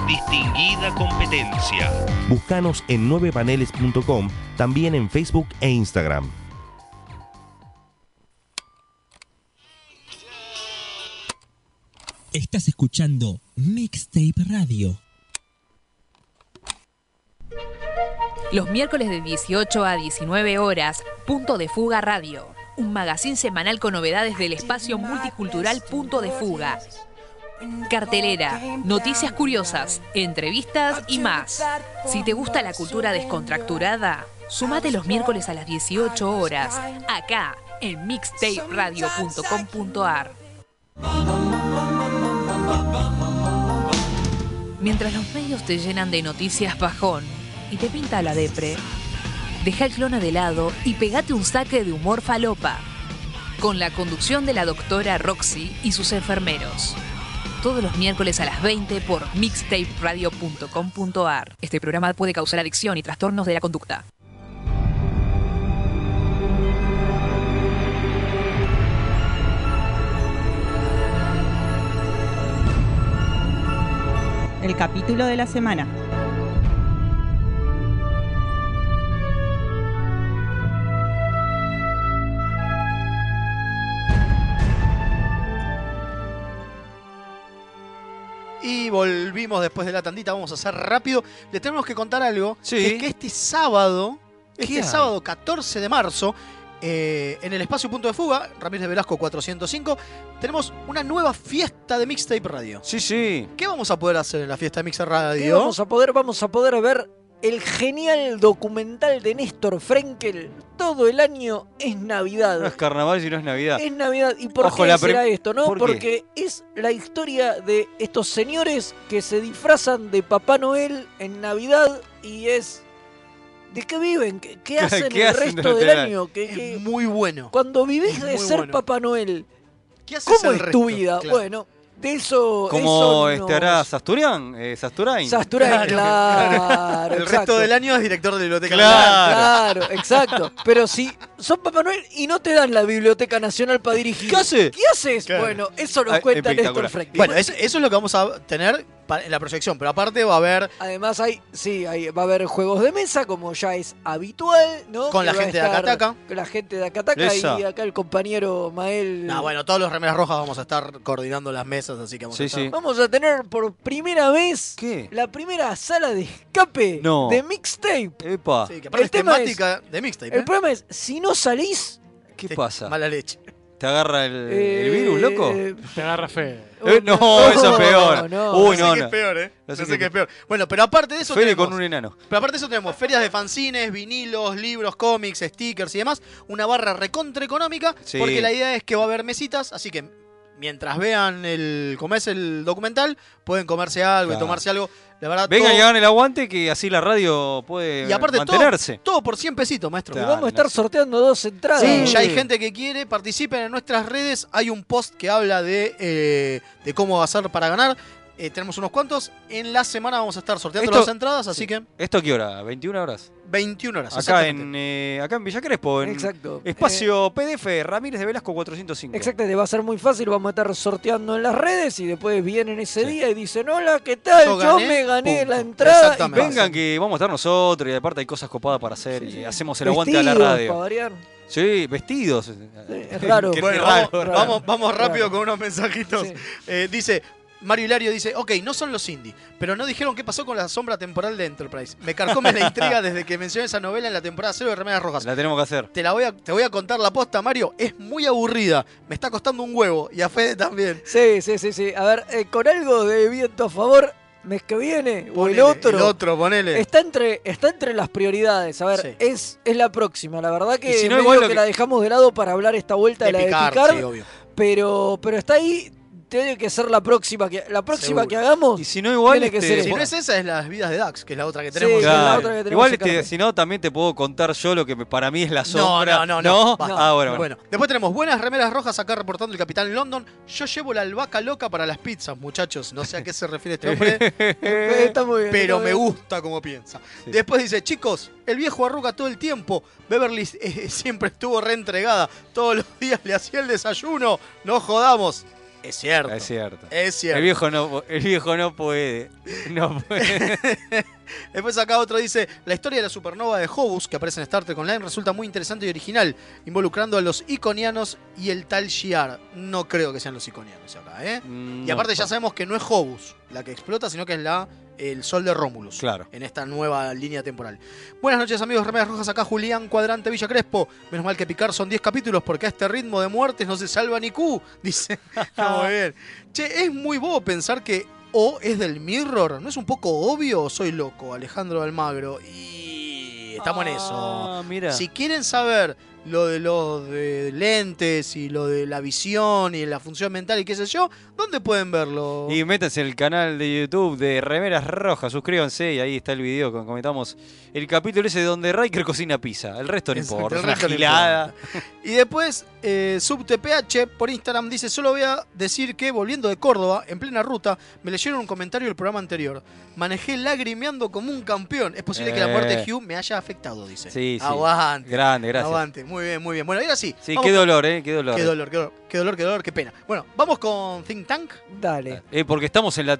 Speaker 12: Distinguida competencia.
Speaker 11: Búscanos en 9paneles.com, también en Facebook e Instagram.
Speaker 13: Estás escuchando Mixtape Radio.
Speaker 14: Los miércoles de 18 a 19 horas, Punto de Fuga Radio, un magazín semanal con novedades del espacio multicultural Punto de Fuga. Cartelera, noticias curiosas, entrevistas y más. Si te gusta la cultura descontracturada, sumate los miércoles a las 18 horas, acá en mixtaperadio.com.ar. Mientras los medios te llenan de noticias bajón y te pinta la depre, deja el clona de lado y pegate un saque de humor falopa. Con la conducción de la doctora Roxy y sus enfermeros. Todos los miércoles a las 20 por mixtaperadio.com.ar. Este programa puede causar adicción y trastornos de la conducta.
Speaker 15: El capítulo de la semana.
Speaker 3: Y volvimos después de la tandita, vamos a hacer rápido. Les tenemos que contar algo.
Speaker 2: Sí.
Speaker 3: Que es que este sábado, este
Speaker 2: hay?
Speaker 3: sábado 14 de marzo, eh, en el espacio Punto de Fuga, Ramírez Velasco 405, tenemos una nueva fiesta de Mixtape Radio.
Speaker 2: Sí, sí.
Speaker 3: ¿Qué vamos a poder hacer en la fiesta de Mixtape
Speaker 4: ¿Qué
Speaker 3: Radio?
Speaker 4: vamos a poder? Vamos a poder ver el genial documental de Néstor Frenkel. Todo el año es
Speaker 2: No
Speaker 4: Navidad.
Speaker 2: es carnaval, sino es Navidad.
Speaker 4: Es Navidad. ¿Y por
Speaker 2: Ojo,
Speaker 4: qué
Speaker 2: la prim-
Speaker 4: será esto, no?
Speaker 2: ¿Por qué?
Speaker 4: Porque es la historia de estos señores que se disfrazan de Papá Noel en Navidad y es. ¿De qué viven? ¿Qué, qué hacen
Speaker 3: ¿Qué
Speaker 4: el
Speaker 3: hacen
Speaker 4: resto
Speaker 3: durante
Speaker 4: del
Speaker 3: el año?
Speaker 4: año? ¿Qué- qué-
Speaker 3: Muy bueno.
Speaker 4: Cuando vivís
Speaker 3: Es
Speaker 4: de
Speaker 3: muy
Speaker 4: ser
Speaker 3: bueno.
Speaker 4: Papá Noel,
Speaker 3: ¿Qué haces
Speaker 4: ¿cómo
Speaker 3: el
Speaker 4: es
Speaker 3: resto?
Speaker 4: tu vida?
Speaker 3: Claro. este
Speaker 4: Bueno, de eso.
Speaker 2: ¿Cómo
Speaker 4: eso nos-
Speaker 2: estará este, Sasturian? Eh, Sasturain.
Speaker 4: Sasturain, claro.
Speaker 3: El
Speaker 4: exacto.
Speaker 3: resto del año es director de biblioteca.
Speaker 4: Claro, exacto. Pero si sos Papá Noel y no te dan la Biblioteca Nacional para dirigir.
Speaker 2: ¿Qué hace?
Speaker 4: ¿Qué haces? Bueno, eso nos
Speaker 3: Ah,
Speaker 4: cuenta Néstor
Speaker 3: espectacular.
Speaker 4: Frank.
Speaker 3: Bueno, eso, eso es lo que vamos a tener para- en la proyección, pero aparte va a haber
Speaker 4: Además hay, sí, hay- va a haber juegos de mesa, como ya es habitual, ¿no?
Speaker 3: Con la
Speaker 4: Que va a
Speaker 3: gente de
Speaker 4: estar
Speaker 3: Acataca.
Speaker 4: Con la gente de Acataca
Speaker 3: Esa.
Speaker 4: y acá el compañero Mael.
Speaker 3: No, bueno, todos los remeras rojas vamos a estar coordinando las mesas, así que vamos
Speaker 2: Sí,
Speaker 3: a estar...
Speaker 2: sí.
Speaker 4: Vamos a tener por primera vez la primera sala de escape
Speaker 2: No.
Speaker 4: de mixtape.
Speaker 2: Epa.
Speaker 3: Sí, que aparte
Speaker 4: El
Speaker 3: es
Speaker 4: tema
Speaker 3: temática de mixtape. ¿eh?
Speaker 4: El problema es, si no salís,
Speaker 2: ¿Qué pasa?
Speaker 3: Mala leche.
Speaker 2: ¿Te agarra el, el
Speaker 4: Eh,
Speaker 2: virus, loco?
Speaker 4: eh,
Speaker 5: Te agarra fe.
Speaker 2: Eh, no, eso es peor. Uy,
Speaker 3: no,
Speaker 2: no,
Speaker 3: sé qué
Speaker 2: no.
Speaker 3: es peor, ¿eh?
Speaker 2: No
Speaker 3: No
Speaker 2: sé
Speaker 3: sé,
Speaker 2: qué-
Speaker 3: qué es peor. Bueno, pero aparte de eso
Speaker 2: Fede
Speaker 3: tenemos...
Speaker 2: con un enano.
Speaker 3: Pero aparte de eso tenemos ferias de fanzines, vinilos, libros, cómics, stickers y demás. Una barra recontra económica,
Speaker 2: Sí.
Speaker 3: porque la idea es que va a haber mesitas, así que mientras vean el cómo es el documental, pueden comerse algo y
Speaker 2: Claro.
Speaker 3: tomarse algo. La verdad,
Speaker 2: Venga
Speaker 3: todo-
Speaker 2: y hagan el aguante que así la radio puede
Speaker 3: y aparte todo,
Speaker 2: mantenerse.
Speaker 3: todo por 100 pesitos, maestro.
Speaker 2: Claro, Y vamos a estar no sé.
Speaker 4: sorteando dos entradas.
Speaker 3: Sí,
Speaker 4: Sí.
Speaker 3: ya hay gente que quiere, participen en nuestras redes. Hay un post que habla de, eh, de cómo hacer para ganar. Eh, tenemos unos cuantos. En la semana vamos a estar sorteando
Speaker 2: Esto-
Speaker 3: las entradas, así que
Speaker 2: ¿Esto a qué hora? ¿21 horas?
Speaker 3: 21 horas.
Speaker 2: Acá
Speaker 3: exactamente.
Speaker 2: en, eh, acá en Villa Crespo, en
Speaker 4: Exacto.
Speaker 2: Espacio PDF, Ramírez de Velasco 405.
Speaker 4: Eh, Exactamente, va a ser muy fácil, vamos a estar sorteando en las redes y después vienen ese día y dicen, hola, ¿qué tal? Yo,
Speaker 2: Yo gané,
Speaker 4: me gané
Speaker 2: punto".
Speaker 4: la entrada. y
Speaker 2: Vengan que vamos a estar nosotros y aparte hay cosas copadas para hacer y hacemos el aguante a la
Speaker 4: Vestidos,
Speaker 2: radio.
Speaker 4: para variar.
Speaker 2: Sí, vestidos.
Speaker 4: es raro.
Speaker 2: Qué
Speaker 4: Bueno,
Speaker 2: raro,
Speaker 3: Vamos,
Speaker 2: raro.
Speaker 3: vamos- vamos rápido con unos mensajitos. Eh, dice. Mario Hilario dice, ok, no son los indie, pero no dijeron qué pasó con la sombra temporal de Enterprise. Me carcome la intriga desde que mencioné esa novela en la temporada cero de Remeras Rojas.
Speaker 2: La tenemos que hacer.
Speaker 3: Te, la voy a, te voy a contar la posta, Mario. Es muy aburrida. Me está costando un huevo. Y a Fede también.
Speaker 4: Sí, sí, sí, sí. A ver, eh, con algo de viento a favor, mes que viene, o el
Speaker 3: Ponele,
Speaker 4: otro.
Speaker 3: El otro, ponele.
Speaker 4: Está entre, está entre las prioridades. A ver,
Speaker 3: Sí.
Speaker 4: es, es la próxima. La verdad que
Speaker 3: Y si no,
Speaker 4: medio
Speaker 3: igual lo
Speaker 4: que,
Speaker 3: que-
Speaker 4: la dejamos de lado para hablar esta vuelta de,
Speaker 3: De
Speaker 4: la
Speaker 3: Picard,
Speaker 4: de Picard.
Speaker 3: sí, obvio.
Speaker 4: Pero, pero está ahí. Tiene que ser la próxima que, la próxima
Speaker 3: Seguro.
Speaker 4: que hagamos. Eh, Y
Speaker 2: si no, igual,
Speaker 4: Tiene que
Speaker 2: este,
Speaker 4: ser
Speaker 3: Si
Speaker 4: esta.
Speaker 3: no es esa, es las vidas de Dax, que es la otra que tenemos.
Speaker 2: Claro.
Speaker 4: la otra que tenemos
Speaker 2: Igual,
Speaker 4: que
Speaker 2: este,
Speaker 4: sacar.
Speaker 2: si no, también te puedo contar yo lo que me- para mí es la
Speaker 3: No,
Speaker 2: sombra.
Speaker 3: no, no, no. basta.
Speaker 2: Ah, bueno, bueno.
Speaker 3: bueno. Después tenemos buenas remeras rojas acá reportando el Capitán London. Yo llevo la albahaca loca para las pizzas, muchachos. No sé a qué se refiere este hombre.
Speaker 4: Está muy bien,
Speaker 3: pero eh, me
Speaker 4: está bien.
Speaker 3: gusta como piensa. Después dice, chicos, el viejo arruga todo el tiempo. Beverly eh, siempre estuvo reentregada. Todos los días le hacía el desayuno. No jodamos. Es cierto.
Speaker 2: Es cierto.
Speaker 3: Es cierto.
Speaker 2: El viejo no, el viejo no puede. No puede.
Speaker 3: Después acá otro dice, la historia de la supernova de Hobus, que aparece en Star Trek Online, resulta muy interesante y original, involucrando a los iconianos y el tal Shiar. No creo que sean los iconianos acá, ¿eh? y
Speaker 2: no,
Speaker 3: aparte ya
Speaker 2: pa-
Speaker 3: sabemos que no es Hobus la que explota, sino que es la el sol de Rómulos.
Speaker 2: Claro.
Speaker 3: En esta nueva línea temporal. Buenas noches amigos Remeras Rojas, acá Julián Cuadrante Villa Crespo. Menos mal que picar son 10 capítulos porque a este ritmo de muertes no se salva ni Q, dice. Muy bien. Che, es muy bobo pensar que O es del Mirror. ¿No es un poco obvio o soy loco, Alejandro Almagro? Y estamos en
Speaker 2: Ah.
Speaker 3: eso.
Speaker 2: mira.
Speaker 3: Si quieren saber lo de los de lentes y lo de la visión y la función mental y qué sé yo, ¿dónde pueden verlo?
Speaker 2: Y métanse en el canal de YouTube de Remeras Rojas, suscríbanse y ahí está el video que comentamos. El capítulo ese donde Riker cocina pizza. El resto no
Speaker 3: Exacto,
Speaker 2: importa.
Speaker 3: el
Speaker 2: es una
Speaker 3: resto no
Speaker 2: gilada.
Speaker 3: Y después, eh, SubTPH por Instagram dice: Solo voy a decir que volviendo de Córdoba, en plena ruta, me leyeron un comentario del programa anterior. Manejé lagrimeando como un campeón. Es posible que la muerte de
Speaker 2: Eh.
Speaker 3: Hugh me haya afectado, dice.
Speaker 2: Sí, sí.
Speaker 3: Aguante.
Speaker 2: Grande, gracias.
Speaker 3: Aguante. Muy bien, muy bien. Bueno, ahora sí.
Speaker 2: Sí,
Speaker 3: vamos
Speaker 2: qué
Speaker 3: con-
Speaker 2: dolor, ¿eh? Qué dolor.
Speaker 3: Qué dolor, qué dolor, qué dolor, qué dolor, qué pena. Bueno, vamos con Think Tank.
Speaker 4: Dale.
Speaker 2: Eh, porque estamos en la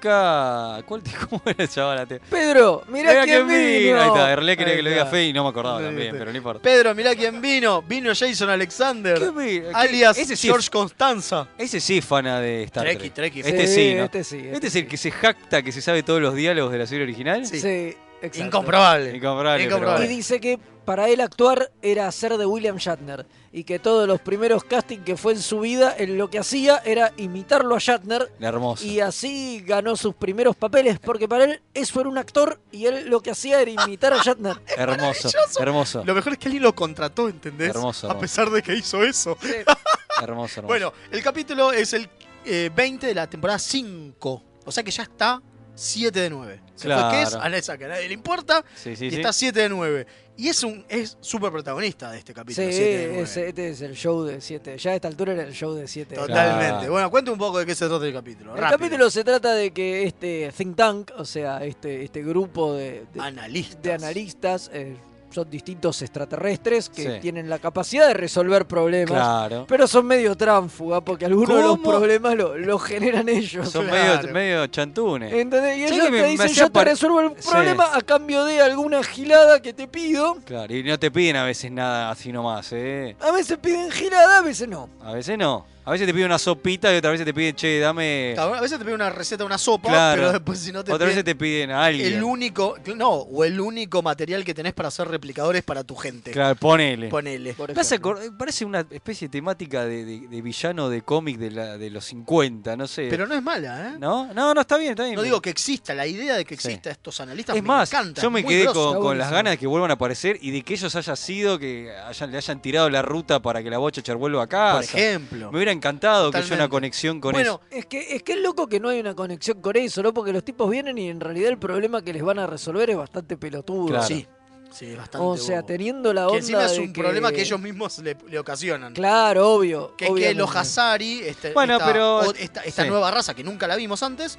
Speaker 2: temática. ¿Cuál te, ¿Cómo era chaval la temática?
Speaker 4: Pedro, mirá, quién vino.
Speaker 2: Ahí está, Erlé quería
Speaker 3: Ahí
Speaker 2: que lo diga
Speaker 3: está.
Speaker 2: Fe y no me acordaba
Speaker 3: Ahí
Speaker 2: también,
Speaker 3: está.
Speaker 2: pero no importa.
Speaker 3: Pedro, mirá quién vino. Vino Jason Alexander,
Speaker 2: vi- qué-
Speaker 3: alias
Speaker 2: ese sí es-
Speaker 3: George Constanza.
Speaker 2: Ese sí es fana de Star
Speaker 3: Treki,
Speaker 2: Trek.
Speaker 3: Treki.
Speaker 2: Este
Speaker 4: Sí,
Speaker 2: sí, ¿no?
Speaker 4: este sí, este
Speaker 2: Este es el que se jacta que se sabe todos los diálogos de la serie original.
Speaker 3: Sí.
Speaker 4: Sí, exacto.
Speaker 3: Incomprobable.
Speaker 2: Incomparable, pero
Speaker 4: Y
Speaker 2: bueno.
Speaker 4: dice que para él actuar era hacer de William Shatner y que todos los primeros castings que fue en su vida, él lo que hacía era imitarlo a Shatner
Speaker 2: Hermoso.
Speaker 4: y así ganó sus primeros papeles porque para él eso era un actor y él lo que hacía era imitar a Shatner.
Speaker 2: Hermoso, hermoso.
Speaker 3: Lo mejor es que alguien lo contrató, ¿entendés?
Speaker 2: Hermoso,
Speaker 3: A
Speaker 2: hermoso.
Speaker 3: pesar de que hizo eso.
Speaker 2: Hermoso, hermoso.
Speaker 3: Bueno, el capítulo es el eh, 20 de la temporada 5. O sea que ya está 7 de 9.
Speaker 2: Claro.
Speaker 3: ¿Qué es? A esa que a nadie le importa.
Speaker 2: Sí, sí,
Speaker 3: y
Speaker 2: sí.
Speaker 3: está 7 de 9. Y es un es súper protagonista de este
Speaker 4: Sí,
Speaker 3: capítulo. 7 de 9.
Speaker 4: ese, este es el show de 7. Ya a esta altura era el show de 7.
Speaker 3: Totalmente.
Speaker 2: Claro.
Speaker 3: Bueno, cuente un poco de qué se trata el capítulo.
Speaker 4: El
Speaker 3: rápido.
Speaker 4: capítulo se trata de que este think tank, o sea, este, este grupo de, de-
Speaker 3: Analistas.
Speaker 4: de analistas, eh, son distintos extraterrestres que
Speaker 2: Sí.
Speaker 4: tienen la capacidad de resolver problemas,
Speaker 2: Claro.
Speaker 4: pero son medio tránfuga porque algunos de los
Speaker 2: ¿Cómo?
Speaker 4: problemas lo, lo generan ellos.
Speaker 2: Son medio, medio chantunes.
Speaker 4: ¿Entendés? Y
Speaker 2: ¿Sabés
Speaker 4: ellos
Speaker 2: que me-
Speaker 4: te
Speaker 2: me
Speaker 4: dicen,
Speaker 2: hacía
Speaker 4: yo te
Speaker 2: par-
Speaker 4: resuelvo el
Speaker 2: Sí.
Speaker 4: problema a cambio de alguna gilada que te pido.
Speaker 2: Claro, y no te piden a veces nada así nomás, ¿eh?
Speaker 4: A veces piden gilada, a veces no.
Speaker 2: A veces no. A veces te piden una sopita y otra veces te piden, che, dame.
Speaker 3: Claro, A veces te piden una receta, una sopa,
Speaker 2: Claro.
Speaker 3: pero después si no te
Speaker 2: otra
Speaker 3: piden
Speaker 2: veces te piden a alguien.
Speaker 3: el único, no, o el único material que tenés para hacer replicadores para tu gente.
Speaker 2: Claro, ponele.
Speaker 3: Ponele.
Speaker 4: Por
Speaker 2: Me hace acor- Parece una especie de temática de, de- de villano de cómic de, la- de los 50, no sé.
Speaker 3: Pero no es mala, ¿eh?
Speaker 2: ¿No? No, no, está bien, está bien.
Speaker 3: No digo que exista, la idea de que exista estos analistas
Speaker 2: es
Speaker 3: me
Speaker 2: más,
Speaker 3: encanta.
Speaker 2: yo
Speaker 3: es
Speaker 2: me
Speaker 3: muy
Speaker 2: quedé
Speaker 3: grosso.
Speaker 2: con, con las ganas de que vuelvan a aparecer y de que ellos haya sido, que hayan, le hayan tirado la ruta para que la Bochacher vuelva a casa.
Speaker 3: ejemplo.
Speaker 2: Me hubiera encantado que haya una
Speaker 3: Totalmente.
Speaker 2: conexión con
Speaker 3: Bueno,
Speaker 2: eso.
Speaker 4: Es que, es que es loco que no hay una conexión con eso, ¿no? Porque los tipos vienen y en realidad el problema que les van a resolver es bastante pelotudo.
Speaker 2: Claro.
Speaker 3: Sí, sí, bastante.
Speaker 4: O sea,
Speaker 3: bobo.
Speaker 4: teniendo la
Speaker 3: que
Speaker 4: onda
Speaker 3: encima es
Speaker 4: de
Speaker 3: un problema que ellos mismos le, le ocasionan.
Speaker 4: Claro, obvio.
Speaker 3: Que, que
Speaker 4: obviamente.
Speaker 3: los Hazari, este-
Speaker 2: Bueno,
Speaker 3: esta,
Speaker 2: pero-
Speaker 3: o- esta, esta
Speaker 2: sí.
Speaker 3: nueva raza que nunca la vimos antes,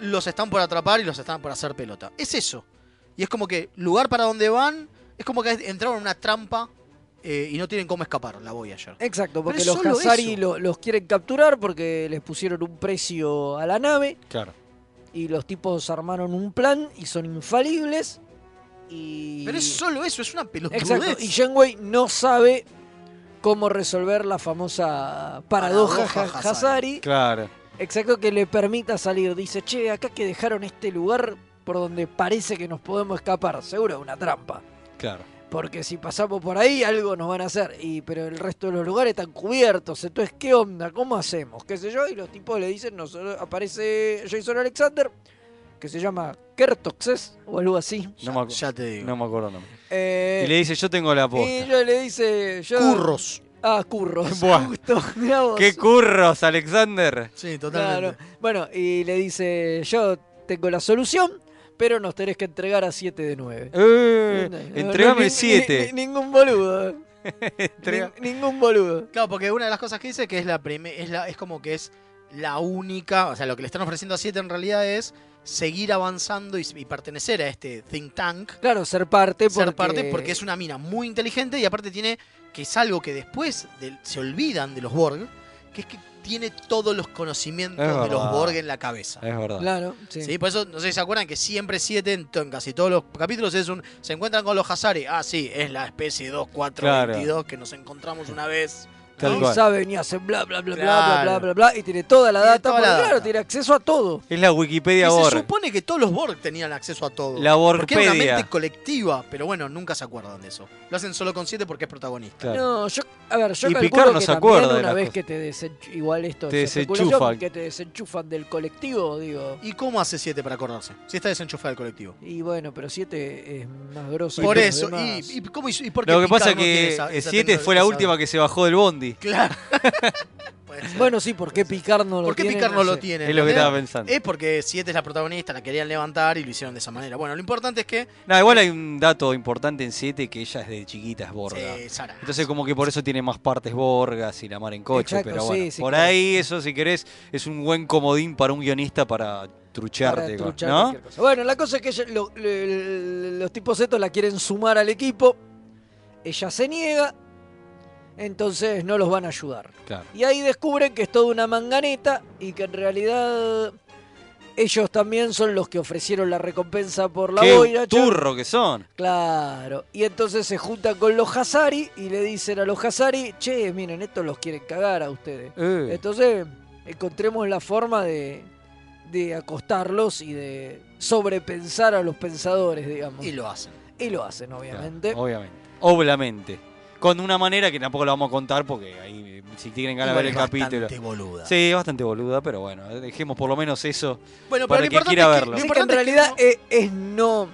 Speaker 3: los están por atrapar y los están por hacer pelota. Es eso. Y es como que lugar para donde van, es como que entraron en una trampa eh, y no tienen cómo escapar, la voy ayer.
Speaker 4: Exacto, porque
Speaker 3: Pero
Speaker 4: los
Speaker 3: solo
Speaker 4: Khazari
Speaker 3: eso.
Speaker 4: lo- los quieren capturar porque les pusieron un precio a la nave
Speaker 2: Claro.
Speaker 4: y los tipos armaron un plan y son infalibles. Y...
Speaker 3: Pero es solo eso, es una pelotudez.
Speaker 4: Exacto, y Janeway no sabe cómo resolver la famosa
Speaker 3: Paradoja
Speaker 4: paradoja Ha-
Speaker 3: Hazari.
Speaker 4: Hazari.
Speaker 2: Claro.
Speaker 4: Exacto, que le permita salir. Dice, che, acá que dejaron este lugar por donde parece que nos podemos escapar. Seguro es una trampa.
Speaker 2: Claro.
Speaker 4: Porque si pasamos por ahí, algo nos van a hacer. Y, pero el resto de los lugares están cubiertos. Entonces, ¿qué onda? ¿Cómo hacemos? ¿Qué sé yo? Y los tipos le dicen, nosotros, aparece Jason Alexander, que se llama Kertoxes o algo así.
Speaker 2: No me acu- No me acuerdo el nombre.
Speaker 4: Eh,
Speaker 2: y le dice, yo tengo la posta.
Speaker 4: Y yo le dice. Yo...
Speaker 3: Curros.
Speaker 4: Ah, curros.
Speaker 2: Buah.
Speaker 4: Justo, mirá vos.
Speaker 2: ¡Qué curros, Alexander!
Speaker 3: Sí,
Speaker 4: Claro. Bueno, y le dice: Yo tengo la solución, pero nos tenés que entregar a 7 de 9.
Speaker 2: Eh, entregame siete.
Speaker 4: ningún boludo.
Speaker 2: Entrega-
Speaker 4: Nin- ningún boludo.
Speaker 3: Claro, porque una de las cosas que dice que es la prime- es la es como que es la única, o sea, lo que le están ofreciendo a 7 en realidad es seguir avanzando y, y pertenecer a este think tank.
Speaker 4: Claro, ser parte porque...
Speaker 3: Ser parte porque es una mina muy inteligente y aparte tiene que es algo que después del- se olvidan de los Borg, que es que tiene todos los conocimientos
Speaker 2: Es
Speaker 3: de los
Speaker 2: verdad. Eh,
Speaker 3: Borg en la cabeza.
Speaker 2: Es verdad.
Speaker 4: Claro, sí.
Speaker 3: Sí, por eso, no sé si se acuerdan que siempre 7 en, to- en casi todos los capítulos es un. Se encuentran con los Hazari. Ah, sí, es la especie 2422 que nos encontramos una vez.
Speaker 2: Tal
Speaker 4: no
Speaker 2: cual.
Speaker 4: saben y hacen bla bla bla bla bla bla
Speaker 3: Claro.
Speaker 4: bla bla y tiene toda la
Speaker 3: Tiene
Speaker 4: data,
Speaker 3: toda la
Speaker 4: porque,
Speaker 3: data.
Speaker 4: claro, tiene acceso a todo.
Speaker 2: Es la
Speaker 3: Y
Speaker 2: Wikipedia
Speaker 3: se
Speaker 2: Borg.
Speaker 3: supone que todos los Borg tenían acceso a todo.
Speaker 2: La
Speaker 3: Porque era una
Speaker 2: Borgpedia.
Speaker 3: mente colectiva, pero bueno, nunca se acuerdan de eso. Lo hacen solo con 7 porque es protagonista.
Speaker 2: Claro.
Speaker 4: No, yo, a ver, yo
Speaker 2: Y
Speaker 4: calculo
Speaker 2: Picard no
Speaker 4: que
Speaker 2: se
Speaker 4: también
Speaker 2: acuerda de
Speaker 4: una
Speaker 2: las
Speaker 4: vez
Speaker 2: cosas.
Speaker 4: que te desenchufan, igual esto
Speaker 2: Te
Speaker 4: es especulación,
Speaker 2: desenchufan.
Speaker 4: que te desenchufan del colectivo, digo.
Speaker 3: ¿Y cómo hace 7 para acordarse? Si está desenchufado el colectivo.
Speaker 4: Y bueno, pero 7 es más grosso.
Speaker 3: Por
Speaker 4: que los
Speaker 3: eso, y,
Speaker 4: demás.
Speaker 3: y cómo hizo- y por qué
Speaker 2: Lo que
Speaker 3: Picard
Speaker 2: pasa
Speaker 3: no tiene
Speaker 2: que
Speaker 3: esa- esa
Speaker 2: 7 fue la
Speaker 3: esa-
Speaker 2: última que se bajó del bondi.
Speaker 3: Claro.
Speaker 4: Bueno, sí, ¿por qué Picard no lo
Speaker 3: ¿Por qué
Speaker 4: tiene?
Speaker 3: Picard
Speaker 4: No
Speaker 3: no lo
Speaker 4: sé.
Speaker 3: tiene?
Speaker 2: Es lo que
Speaker 3: ¿Entendés?
Speaker 2: estaba pensando.
Speaker 3: Es porque 7 es la protagonista, la querían levantar y lo hicieron de esa manera. Bueno, lo importante es que.
Speaker 2: No, igual hay un dato importante en 7 que ella es de chiquita, es borga.
Speaker 3: Eh, Sara.
Speaker 2: Entonces como que por eso tiene más partes borgas y la mar en coche,
Speaker 4: Exacto,
Speaker 2: pero
Speaker 4: sí,
Speaker 2: bueno,
Speaker 4: sí,
Speaker 2: por
Speaker 4: claro.
Speaker 2: ahí eso si querés es un buen comodín para un guionista para
Speaker 4: Para
Speaker 2: trucharte,
Speaker 4: truchar
Speaker 2: ¿no?
Speaker 4: cualquier cosa. Bueno, la cosa es que ella- lo- le- le- los tipos estos la quieren sumar al equipo. Ella se niega. Entonces no los van a ayudar.
Speaker 2: Claro.
Speaker 4: Y ahí descubren que es toda una manganeta y que en realidad ellos también son los que ofrecieron la recompensa por la boina.
Speaker 2: Qué turro que son.
Speaker 4: Claro. Y entonces se juntan con los Hazari y le dicen a los Hazari, che, miren, estos los quieren cagar a ustedes.
Speaker 2: Eh.
Speaker 4: Entonces, encontremos la forma de, de acostarlos y de sobrepensar a los pensadores, digamos.
Speaker 3: Y lo hacen.
Speaker 4: Y lo hacen, obviamente.
Speaker 2: Obviamente. Obviamente. Con una manera que tampoco la vamos a contar porque ahí, eh, si tienen ganas de ver el
Speaker 3: Igual es
Speaker 2: capítulo.
Speaker 3: bastante boluda.
Speaker 2: Sí, es bastante boluda, pero bueno, dejemos por lo menos eso
Speaker 3: Bueno, pero
Speaker 2: para
Speaker 3: lo
Speaker 2: el que
Speaker 3: importante
Speaker 2: quiera
Speaker 3: es que-
Speaker 2: verlo.
Speaker 3: lo
Speaker 4: Así que en
Speaker 3: importante es que
Speaker 4: realidad eh, es, no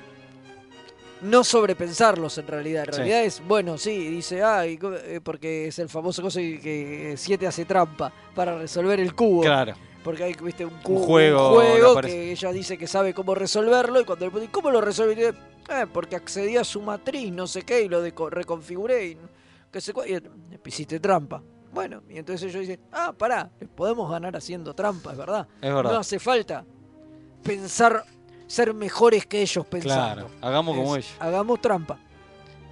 Speaker 4: no sobrepensarlos en realidad. En
Speaker 2: Sí.
Speaker 4: realidad es, bueno, sí, dice, ah, y co- eh, porque es el famoso cosa que- que 7 hace trampa para resolver el cubo.
Speaker 2: Claro.
Speaker 4: Porque hay, viste, un cubo, un
Speaker 2: juego
Speaker 4: juego,
Speaker 2: que aparece.
Speaker 4: que ella dice que sabe cómo resolverlo y cuando le preguntan, ¿cómo lo resolví? Dice, "Eh, porque accedí a su matriz, no sé qué, y lo deco- reconfiguré y que se y, él, hiciste trampa. Bueno, y entonces ellos dicen, ah, pará, les podemos ganar haciendo trampa, es verdad.
Speaker 2: Es verdad.
Speaker 4: No hace falta pensar, ser mejores que ellos pensando.
Speaker 2: Claro, hagamos como
Speaker 4: Es,
Speaker 2: ellos.
Speaker 4: Hagamos trampa.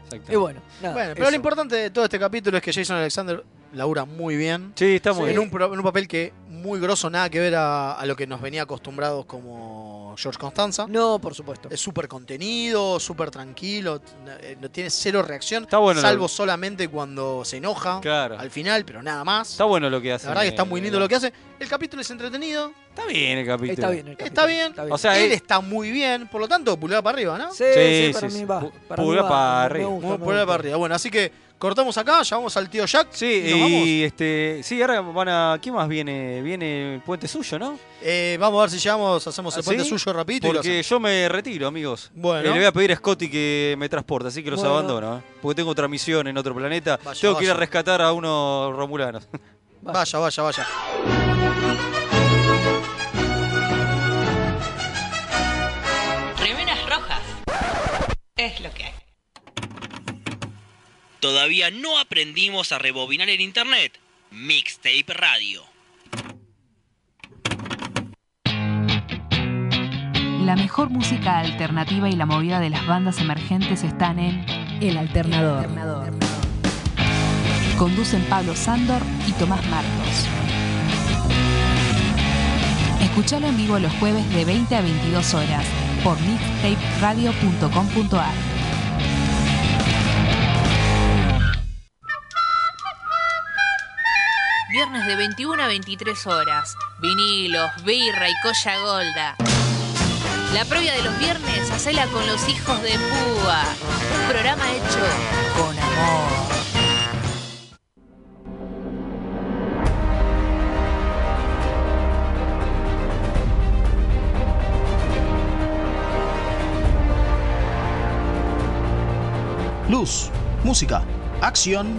Speaker 2: Exactamente.
Speaker 4: Y bueno, nada.
Speaker 3: Bueno, pero
Speaker 4: eso.
Speaker 3: lo importante de todo este capítulo es que Jason Alexander labura muy bien.
Speaker 2: Sí, está muy
Speaker 3: en
Speaker 2: bien.
Speaker 3: un, pro- en un papel que muy grosso, nada que ver a, a lo que nos venía acostumbrados como George Constanza.
Speaker 4: No, por supuesto.
Speaker 3: Es súper contenido, súper tranquilo, t- eh, no tiene cero reacción,
Speaker 2: Está bueno
Speaker 3: salvo
Speaker 2: lo-
Speaker 3: solamente cuando se enoja
Speaker 2: Claro.
Speaker 3: al final, pero nada más.
Speaker 2: Está bueno lo que hace.
Speaker 3: La verdad que está muy lindo lo que hace. El capítulo es entretenido,
Speaker 2: Está bien el capítulo.
Speaker 4: Está bien el capítulo,
Speaker 3: está bien,
Speaker 2: O sea, eh,
Speaker 3: él
Speaker 2: él-
Speaker 3: está muy bien, por lo tanto, pulgar para arriba, ¿no?
Speaker 4: Sí,
Speaker 2: Sí,
Speaker 4: sí, para
Speaker 2: sí,
Speaker 4: mí
Speaker 2: sí.
Speaker 4: va.
Speaker 2: Pu-
Speaker 4: Para mí
Speaker 2: pulgar
Speaker 4: va,
Speaker 2: para
Speaker 4: me
Speaker 2: arriba.
Speaker 4: gusta,
Speaker 3: Muy
Speaker 4: me
Speaker 3: pulgar
Speaker 4: gusta.
Speaker 3: para arriba. Bueno, así que cortamos acá, llamamos al tío Jack.
Speaker 2: Sí,
Speaker 3: y nos vamos.
Speaker 2: y este, sí, ahora van a. ¿Quién más viene? Viene el puente suyo, ¿no?
Speaker 3: Eh, vamos a ver si llegamos, hacemos el
Speaker 2: ¿Ah,
Speaker 3: puente
Speaker 2: sí?
Speaker 3: suyo rapidito. y lo
Speaker 2: Porque
Speaker 3: hacemos.
Speaker 2: yo me retiro, amigos.
Speaker 3: Bueno.
Speaker 2: Eh, le voy a pedir a Scotty que me transporte, así que los
Speaker 4: Bueno.
Speaker 2: abandono, ¿eh? Porque tengo otra misión en otro planeta.
Speaker 3: Vaya,
Speaker 2: tengo que ir a
Speaker 3: vaya.
Speaker 2: rescatar a unos romulanos.
Speaker 3: Vaya, vaya, vaya.
Speaker 9: Remeras rojas. Es lo que hay.
Speaker 13: Todavía no aprendimos a rebobinar el internet. Mixtape Radio.
Speaker 14: La mejor música alternativa y la movida de las bandas emergentes están en El Alternador. Conducen Pablo Sándor y Tomás Martos. Escuchalo en vivo los jueves de 20 a 22 horas por mixtaperadio.com.ar. Viernes de 21 a 23 horas. Vinilos, birra y colla golda. La previa de los viernes, hacela con los hijos de Púa. Un programa hecho con amor.
Speaker 3: Luz, música, acción.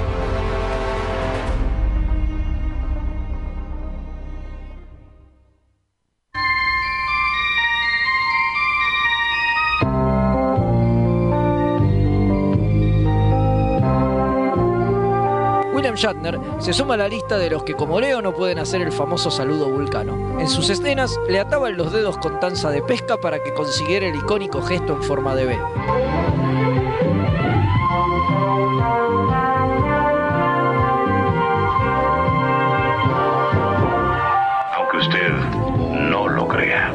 Speaker 4: William Shatner se suma a la lista de los que como Leo no pueden hacer el famoso saludo vulcano. En sus escenas le ataban los dedos con tanza de pesca para que consiguiera el icónico gesto en forma de B.
Speaker 12: Aunque usted no lo crea.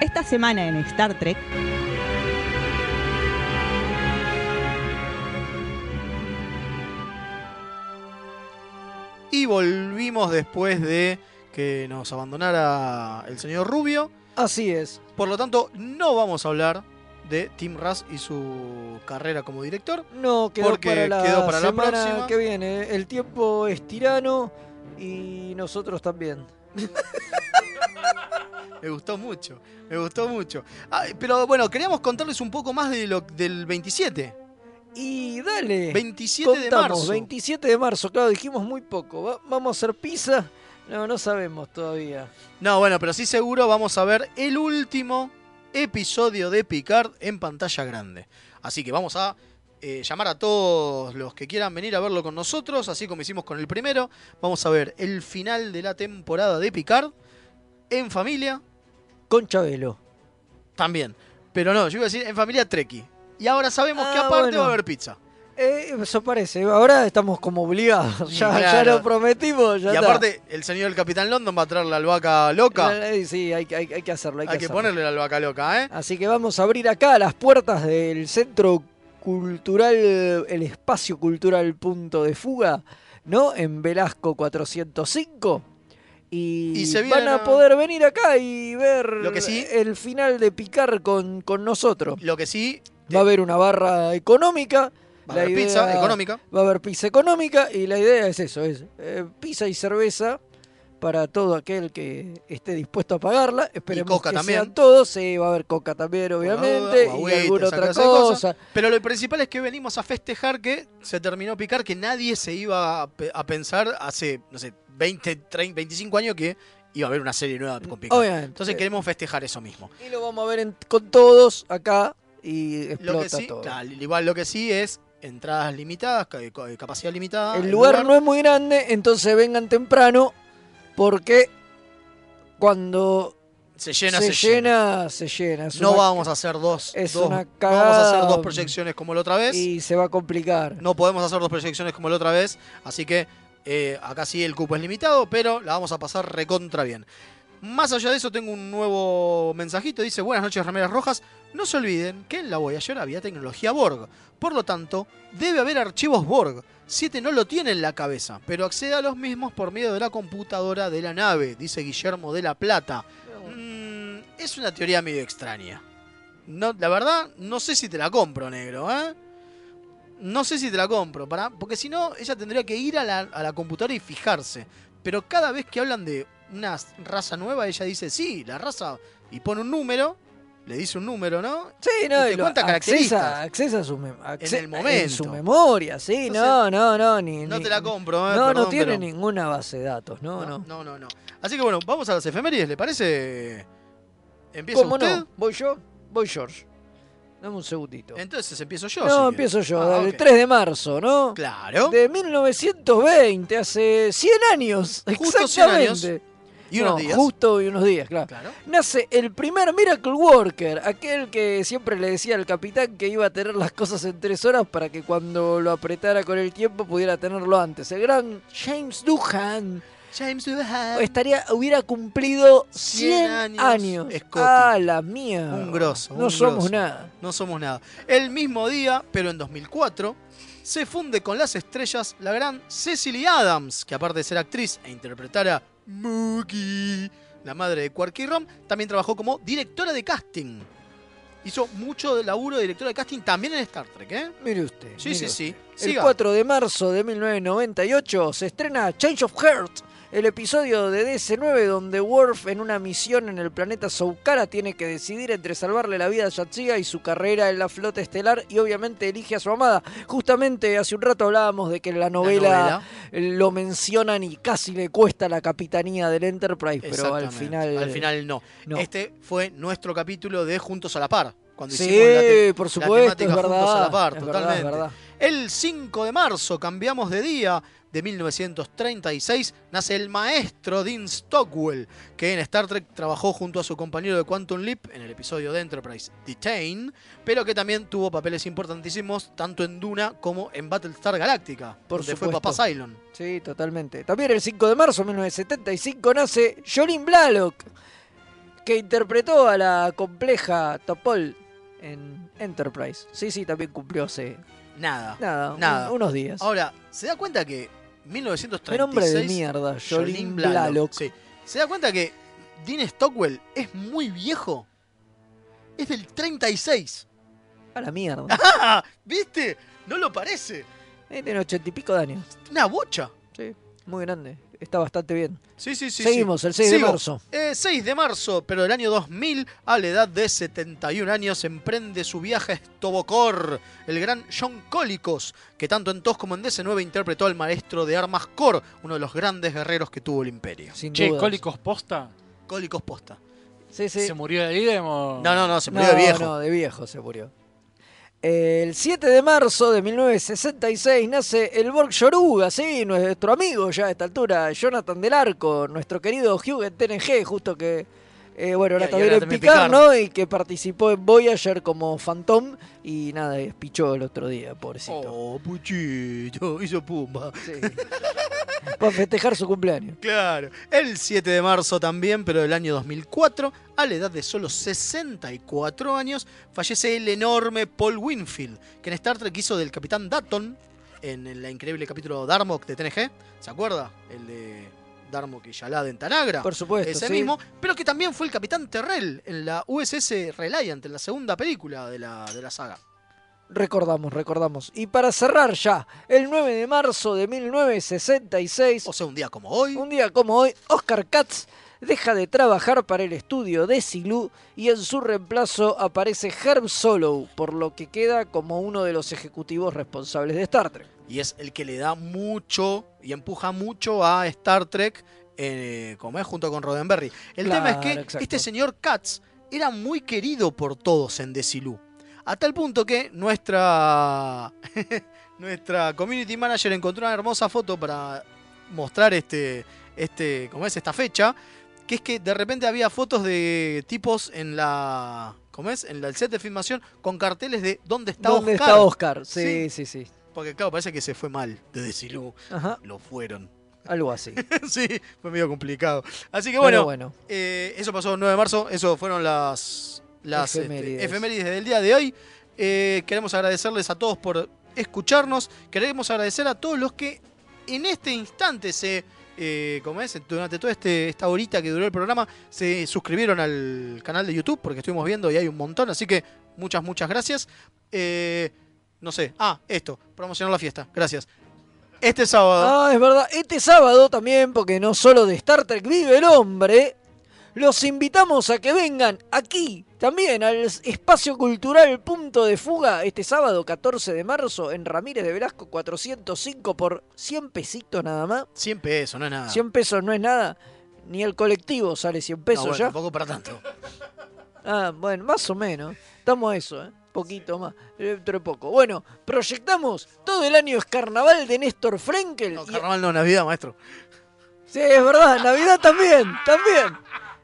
Speaker 15: Esta semana en Star Trek.
Speaker 3: Y volvimos después de que nos abandonara el señor Rubio.
Speaker 4: Así es.
Speaker 3: Por lo tanto, no vamos a hablar de Tim Russ y su carrera como director.
Speaker 4: No, quedó
Speaker 3: porque
Speaker 4: para la
Speaker 3: quedó para la
Speaker 4: semana
Speaker 3: próxima.
Speaker 4: que viene. El tiempo es tirano y nosotros también.
Speaker 3: Me gustó mucho, me gustó mucho. Ah, pero bueno, queríamos contarles un poco más de lo, del 27.
Speaker 4: Y dale.
Speaker 3: 27 de
Speaker 4: Eh, Contamos,
Speaker 3: marzo.
Speaker 4: 27 de marzo, claro, dijimos muy poco. Va- ¿Vamos a hacer pizza? No, no sabemos todavía.
Speaker 3: No, bueno, pero sí seguro vamos a ver el último episodio de Picard en pantalla grande. Así que vamos a eh, llamar a todos los que quieran venir a verlo con nosotros, así como hicimos con el primero. Vamos a ver el final de la temporada de Picard en familia.
Speaker 4: Con Chabelo.
Speaker 3: También. Pero no, yo iba a decir en familia Treki. Y ahora sabemos que
Speaker 4: Ah,
Speaker 3: aparte
Speaker 4: bueno.
Speaker 3: va a haber pizza.
Speaker 4: Eh, eso parece. Ahora estamos como obligados.
Speaker 3: Sí,
Speaker 4: Ya, ya
Speaker 3: claro.
Speaker 4: lo prometimos. ya
Speaker 3: y
Speaker 4: está.
Speaker 3: aparte, el señor del Capitán London va a traer la albahaca loca.
Speaker 4: Eh, eh, Sí, hay, que- hay- hay que hacerlo. Hay,
Speaker 3: Hay, que,
Speaker 4: hacerlo.
Speaker 3: ponerle la albahaca loca, ¿eh?
Speaker 4: Así que vamos a abrir acá las puertas del Centro Cultural, el Espacio Cultural Punto de Fuga, ¿no? En Velasco 405. Y,
Speaker 3: Y se
Speaker 4: van
Speaker 3: vienen
Speaker 4: a
Speaker 3: a-
Speaker 4: poder venir acá y ver
Speaker 3: Lo que sí-
Speaker 4: el final de Picar con, con nosotros.
Speaker 3: Lo que sí,
Speaker 4: Va a haber una barra económica.
Speaker 3: Va a
Speaker 4: la
Speaker 3: haber pizza económica.
Speaker 4: Va a haber pizza económica y la idea es eso, es eh, pizza y cerveza para todo aquel que esté dispuesto a pagarla. Esperemos
Speaker 3: coca
Speaker 4: que
Speaker 3: también.
Speaker 4: sean todos, sí, va a haber coca también,
Speaker 3: por la duda,
Speaker 4: obviamente,
Speaker 3: o
Speaker 4: y
Speaker 3: agüita, esa
Speaker 4: alguna otra
Speaker 3: clase de cosas.
Speaker 4: cosa.
Speaker 3: Pero lo principal es que venimos a festejar que se terminó Picar, que nadie se iba a, pe- a pensar hace, no sé, 20, 30, 25 años que iba a haber una serie nueva con Picard.
Speaker 4: Mm, Obviamente.
Speaker 3: Entonces queremos festejar eso mismo.
Speaker 4: Y lo vamos a ver en- con todos acá y explota
Speaker 3: Lo que sí,
Speaker 4: todo.
Speaker 3: claro, igual lo que sí es entradas limitadas, ca- ca- capacidad limitada.
Speaker 4: El lugar, no es muy grande, entonces vengan temprano porque cuando
Speaker 3: se llena,
Speaker 4: se,
Speaker 3: se, llena.
Speaker 4: llena, se llena. Es
Speaker 3: No
Speaker 4: una-
Speaker 3: vamos a hacer dos.
Speaker 4: es
Speaker 3: dos-
Speaker 4: una
Speaker 3: no vamos a hacer
Speaker 4: cagada.
Speaker 3: dos proyecciones como la otra vez.
Speaker 4: y se va a complicar.
Speaker 3: No podemos hacer dos proyecciones como la otra vez, así que eh, acá sí el cupo es limitado, pero la vamos a pasar recontra bien. Más allá de eso, tengo un nuevo mensajito. Dice, buenas noches, rameras rojas. No se olviden que en la Voyager había tecnología Borg. Por lo tanto, debe haber archivos Borg. 7 no lo tiene en la cabeza, pero accede a los mismos por medio de la computadora de la nave, dice Guillermo de la Plata. Mm, es una teoría medio extraña. No, la verdad, no sé si te la compro, negro, ¿eh? No sé si te la compro, para, porque si no, ella tendría que ir a la, a la computadora y fijarse. Pero cada vez que hablan de una raza nueva, ella dice, sí, la raza, y pone un número, le dice un número, ¿no?
Speaker 4: Sí, no,
Speaker 3: Y
Speaker 4: y
Speaker 3: te
Speaker 4: lo-
Speaker 3: cuenta características.
Speaker 4: accesa, accesa a su, mem- acce-
Speaker 3: el momento.
Speaker 4: en su memoria, sí, no, no, no. Ni,
Speaker 3: no
Speaker 4: ni-
Speaker 3: te la compro, eh,
Speaker 4: No, no
Speaker 3: perdón,
Speaker 4: tiene
Speaker 3: pero-
Speaker 4: ninguna base de datos, no, no.
Speaker 3: No, no, no. Así que bueno, vamos a las efemérides, ¿le parece? ¿Empieza
Speaker 4: ¿Cómo
Speaker 3: usted?
Speaker 4: no? Voy yo, voy George. Dame un segundito.
Speaker 3: Entonces empiezo yo. si
Speaker 4: No,
Speaker 3: quiere.
Speaker 4: empiezo yo,
Speaker 3: Ah,
Speaker 4: dale,
Speaker 3: ok.
Speaker 4: 3 de marzo, ¿no?
Speaker 3: Claro.
Speaker 4: De 1920, hace 100 años,
Speaker 3: Justo 100
Speaker 4: exactamente.
Speaker 3: años y unos
Speaker 4: No,
Speaker 3: días.
Speaker 4: Justo y unos días, claro. Nace el primer Miracle Worker, aquel que siempre le decía al capitán que iba a tener las cosas en tres horas para que cuando lo apretara con el tiempo pudiera tenerlo antes. El gran James Doohan.
Speaker 3: James Doohan.
Speaker 4: Estaría, hubiera cumplido 100,
Speaker 3: 100
Speaker 4: años.
Speaker 3: años. Scotty.
Speaker 4: A la mía.
Speaker 3: Un grosso.
Speaker 4: No
Speaker 3: un
Speaker 4: somos
Speaker 3: grosso.
Speaker 4: nada.
Speaker 3: No somos nada. El mismo día, pero en 2004, se funde con las estrellas la gran Cecily Adams, que aparte de ser actriz e interpretar a Mookie, la madre de Quarky Rom, también trabajó como directora de casting. Hizo mucho de laburo de directora de casting también en Star Trek, ¿eh?
Speaker 4: Mire usted.
Speaker 3: Sí, sí,
Speaker 4: mire
Speaker 3: sí.
Speaker 4: El
Speaker 3: Siga.
Speaker 4: 4 de marzo de 1998 se estrena Change of Heart, el episodio de DC9 donde Worf en una misión en el planeta Soukara tiene que decidir entre salvarle la vida a Yatsia y su carrera en la flota estelar y obviamente elige a su amada. Justamente hace un rato hablábamos de que en la novela, eh, lo mencionan y casi le cuesta la capitanía del Enterprise, pero al
Speaker 3: Exactamente.
Speaker 4: final...
Speaker 3: Al final no.
Speaker 4: no.
Speaker 3: Este fue nuestro capítulo de Juntos a la Par. Cuando
Speaker 4: Sí,
Speaker 3: hicimos la te-
Speaker 4: por
Speaker 3: la
Speaker 4: supuesto, es
Speaker 3: temática Juntos a
Speaker 4: verdad,
Speaker 3: la Par,
Speaker 4: es verdad, es
Speaker 3: totalmente.
Speaker 4: verdad.
Speaker 3: El 5 de marzo, cambiamos de día, de 1936, nace el maestro Dean Stockwell, que en Star Trek trabajó junto a su compañero de Quantum Leap en el episodio de Enterprise, Detain, pero que también tuvo papeles importantísimos tanto en Duna como en Battlestar Galactica,
Speaker 4: Por
Speaker 3: donde fue
Speaker 4: supuesto.
Speaker 3: Papá Cylon.
Speaker 4: Sí, totalmente. También el 5 de marzo de 1975 nace Jolene Blalock, que interpretó a la compleja Topol en Enterprise. Sí, sí, también cumplió hace
Speaker 3: Nada. Oh.
Speaker 4: nada, un- unos días.
Speaker 3: Ahora, ¿se da cuenta que 1936...
Speaker 4: Qué nombre de mierda, Jolene Blalock.
Speaker 3: Sí. ¿Se da cuenta que Dean Stockwell es muy viejo? Es del 36.
Speaker 4: A la mierda.
Speaker 3: ¡Ah! ¿Viste? No lo parece.
Speaker 4: Eh, Tiene ochenta y pico de años.
Speaker 3: Una bocha.
Speaker 4: Sí, muy grande. Está bastante bien.
Speaker 3: Sí, sí, sí.
Speaker 4: Seguimos,
Speaker 3: sí.
Speaker 4: el 6 de
Speaker 3: Sigo.
Speaker 4: marzo.
Speaker 3: Eh, 6 de marzo, pero del año 2000, a la edad de 71 años, emprende su viaje a Estobocor, el gran John Cólicos, que tanto en TOS como en DC9 interpretó al maestro de armas Cor, uno de los grandes guerreros que tuvo el imperio.
Speaker 5: Che, Cólicos Posta.
Speaker 3: Cólicos Posta.
Speaker 4: Sí, sí.
Speaker 5: ¿Se murió de idem o.?
Speaker 3: No, no, no, se murió de viejo.
Speaker 4: No, de viejo se murió. El 7 de marzo de 1966 nace el Borg Yoruga, sí, nuestro amigo ya a esta altura, Jonathan del Arco, nuestro querido Hugh en TNG, justo que, eh,
Speaker 3: Y-
Speaker 4: bueno, ahora
Speaker 3: y
Speaker 4: también
Speaker 3: ahora
Speaker 4: en
Speaker 3: también
Speaker 4: Picard,
Speaker 3: Picard.
Speaker 4: ¿no? Y que participó en Voyager como Phantom y nada, y despichó el otro día, pobrecito.
Speaker 3: Oh, puchito, hizo pumba.
Speaker 4: Para festejar su cumpleaños.
Speaker 3: Claro. El 7 de marzo también, pero del año 2004, a la edad de solo 64 años, fallece el enorme Paul Winfield, que en Star Trek hizo del Capitán Datton en el increíble capítulo Darmok de TNG. ¿Se acuerda? El de Darmok y Yalad en Tanagra.
Speaker 4: Por supuesto,
Speaker 3: Ese
Speaker 4: sí.
Speaker 3: mismo, pero que también fue el Capitán Terrell en la USS Reliant, en la segunda película de la, de la saga.
Speaker 4: Recordamos, recordamos. Y para cerrar ya, el 9 de marzo de 1966. O
Speaker 3: sea, un día como hoy.
Speaker 4: Un día como hoy, Oscar Katz deja de trabajar para el estudio de Silu y en su reemplazo aparece Herb Solow, por lo que queda como uno de los ejecutivos responsables de Star Trek.
Speaker 3: y es el que le da mucho y empuja mucho a Star Trek, eh, como es junto con Roddenberry. El
Speaker 4: Claro,
Speaker 3: tema es que
Speaker 4: exacto.
Speaker 3: este señor Katz era muy querido por todos en Desilu. A tal punto que nuestra, nuestra community manager encontró una hermosa foto para mostrar este, este, como es esta fecha, que es que de repente había fotos de tipos en la, ¿cómo es? En la- el set de filmación con carteles de ¿dónde está
Speaker 4: ¿Dónde
Speaker 3: Oscar?
Speaker 4: está Oscar? Sí, sí, sí.
Speaker 3: Porque claro, parece que se fue mal de Desilu.
Speaker 4: Ajá.
Speaker 3: Lo fueron.
Speaker 4: Algo así.
Speaker 3: sí, fue medio complicado. Así que
Speaker 4: Pero
Speaker 3: bueno,
Speaker 4: bueno.
Speaker 3: eh, eso pasó el 9 de marzo. Eso fueron las, las este, efemérides.
Speaker 4: Efemérides.
Speaker 3: del día de hoy. Eh, queremos agradecerles a todos por escucharnos. Queremos agradecer a todos los que en este instante se. Eh, ¿cómo es? Durante toda este, esta horita que duró el programa, se suscribieron al canal de YouTube porque estuvimos viendo y hay un montón. Así que muchas, muchas gracias. Eh, no sé. Ah, esto. Promocionar la fiesta. Gracias. Este sábado.
Speaker 4: Ah, es verdad. Este sábado también, porque no solo de Star Trek vive el hombre, los invitamos a que vengan aquí también al espacio cultural Punto de Fuga este sábado 14 de marzo en Ramírez de Velasco 405 por 100 pesitos nada más.
Speaker 3: 100 pesos, no es nada.
Speaker 4: 100 pesos no es nada. Ni el colectivo sale 100
Speaker 3: Ah. No,
Speaker 4: pesos
Speaker 3: bueno,
Speaker 4: ya.
Speaker 3: Tampoco para tanto.
Speaker 4: Ah, bueno, más o menos. Estamos a eso, ¿eh? Poquito más, dentro de poco. Bueno, proyectamos todo el año es carnaval de Néstor Frenkel. y-
Speaker 3: Carnaval no, Navidad, maestro.
Speaker 4: Sí, es verdad, Navidad también, también.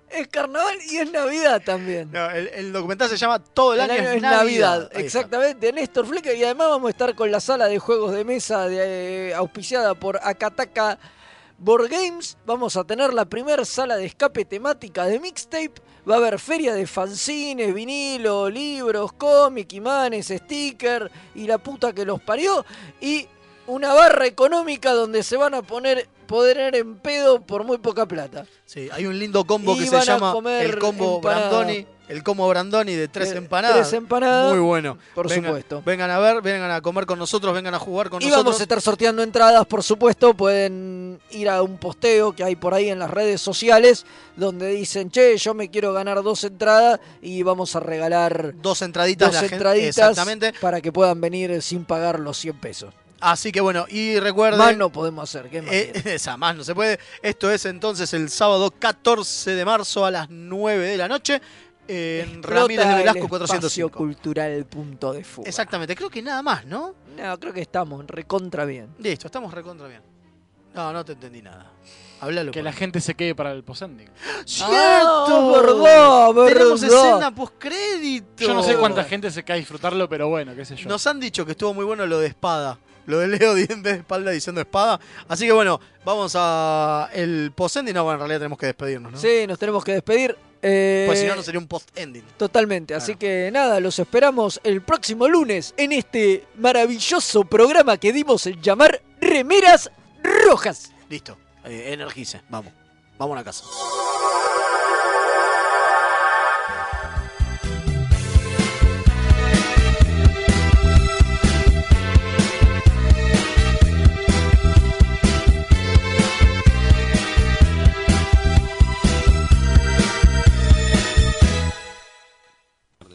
Speaker 4: Es carnaval y es Navidad también.
Speaker 3: No, el, el documental se llama Todo el, año, es Navidad. Ahí está.
Speaker 4: Exactamente, Néstor Flecker. Y además vamos a estar con la sala de juegos de mesa de, eh, auspiciada por Akataka Board Games. Vamos a tener la primera sala de escape temática de mixtape. Va a haber feria de fanzines, vinilo, libros, cómic, imanes, sticker y la puta que los parió. Y una barra económica donde se van a poner poder en pedo por muy poca plata.
Speaker 3: Sí, hay un lindo combo
Speaker 4: Y
Speaker 3: que se
Speaker 4: van a
Speaker 3: llama
Speaker 4: comer
Speaker 3: el combo
Speaker 4: empanada.
Speaker 3: Brandoni. El combo Brandoni de tres
Speaker 4: Eh,
Speaker 3: empanadas.
Speaker 4: tres empanadas,
Speaker 3: Muy bueno.
Speaker 4: por
Speaker 3: Vengan-
Speaker 4: supuesto.
Speaker 3: Vengan a ver, vengan a comer con nosotros, vengan a jugar con
Speaker 4: Y
Speaker 3: nosotros.
Speaker 4: vamos a estar sorteando entradas, por supuesto. Pueden ir a un posteo que hay por ahí en las redes sociales donde dicen, che, yo me quiero ganar dos entradas y vamos a regalar
Speaker 3: dos entraditas.
Speaker 4: dos
Speaker 3: la gente-
Speaker 4: entraditas
Speaker 3: exactamente.
Speaker 4: para que puedan venir sin pagar los 100 pesos.
Speaker 3: Así que bueno, y recuerden.
Speaker 4: Más no podemos hacer, ¿qué más
Speaker 3: Eh, esa más no se puede. Esto es entonces el sábado 14 de marzo a las 9 de la noche en
Speaker 4: Explota
Speaker 3: Ramírez de
Speaker 4: el
Speaker 3: Velasco
Speaker 4: espacio
Speaker 3: 405.
Speaker 4: cultural punto de fuga.
Speaker 3: Exactamente, creo que nada más, ¿no?
Speaker 4: No, creo que estamos recontra bien.
Speaker 3: Listo, estamos recontra bien. No, no te entendí nada. Háblalo.
Speaker 5: Que la gente se quede para el posending.
Speaker 3: ¡Cierto!
Speaker 4: Ah, verdad,
Speaker 3: Tenemos
Speaker 4: verdad.
Speaker 3: escena postcrédito.
Speaker 5: Yo no sé cuánta gente se cae a disfrutarlo, pero bueno, qué sé yo.
Speaker 3: Nos han dicho que estuvo muy bueno lo de espada. Lo de Leo en vez de espalda diciendo espada. Así que bueno, vamos a el post-ending. No, bueno, en realidad tenemos que despedirnos, ¿no?
Speaker 4: Sí, nos tenemos que despedir. Eh,
Speaker 3: Pues si no, no sería un post-ending.
Speaker 4: Totalmente, así que nada, los esperamos el próximo lunes en este maravilloso programa que dimos en llamar Remeras Rojas.
Speaker 3: Listo. Eh, energice. Vamos. Vamos a la casa.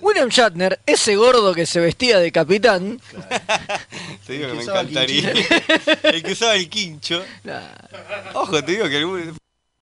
Speaker 4: William Shatner, ese gordo que se vestía de capitán,
Speaker 2: Te digo que
Speaker 4: El
Speaker 2: me
Speaker 4: que usaba el
Speaker 2: encantaría.
Speaker 4: quincho.
Speaker 2: El que usaba el quincho. Ojo, te digo que algún-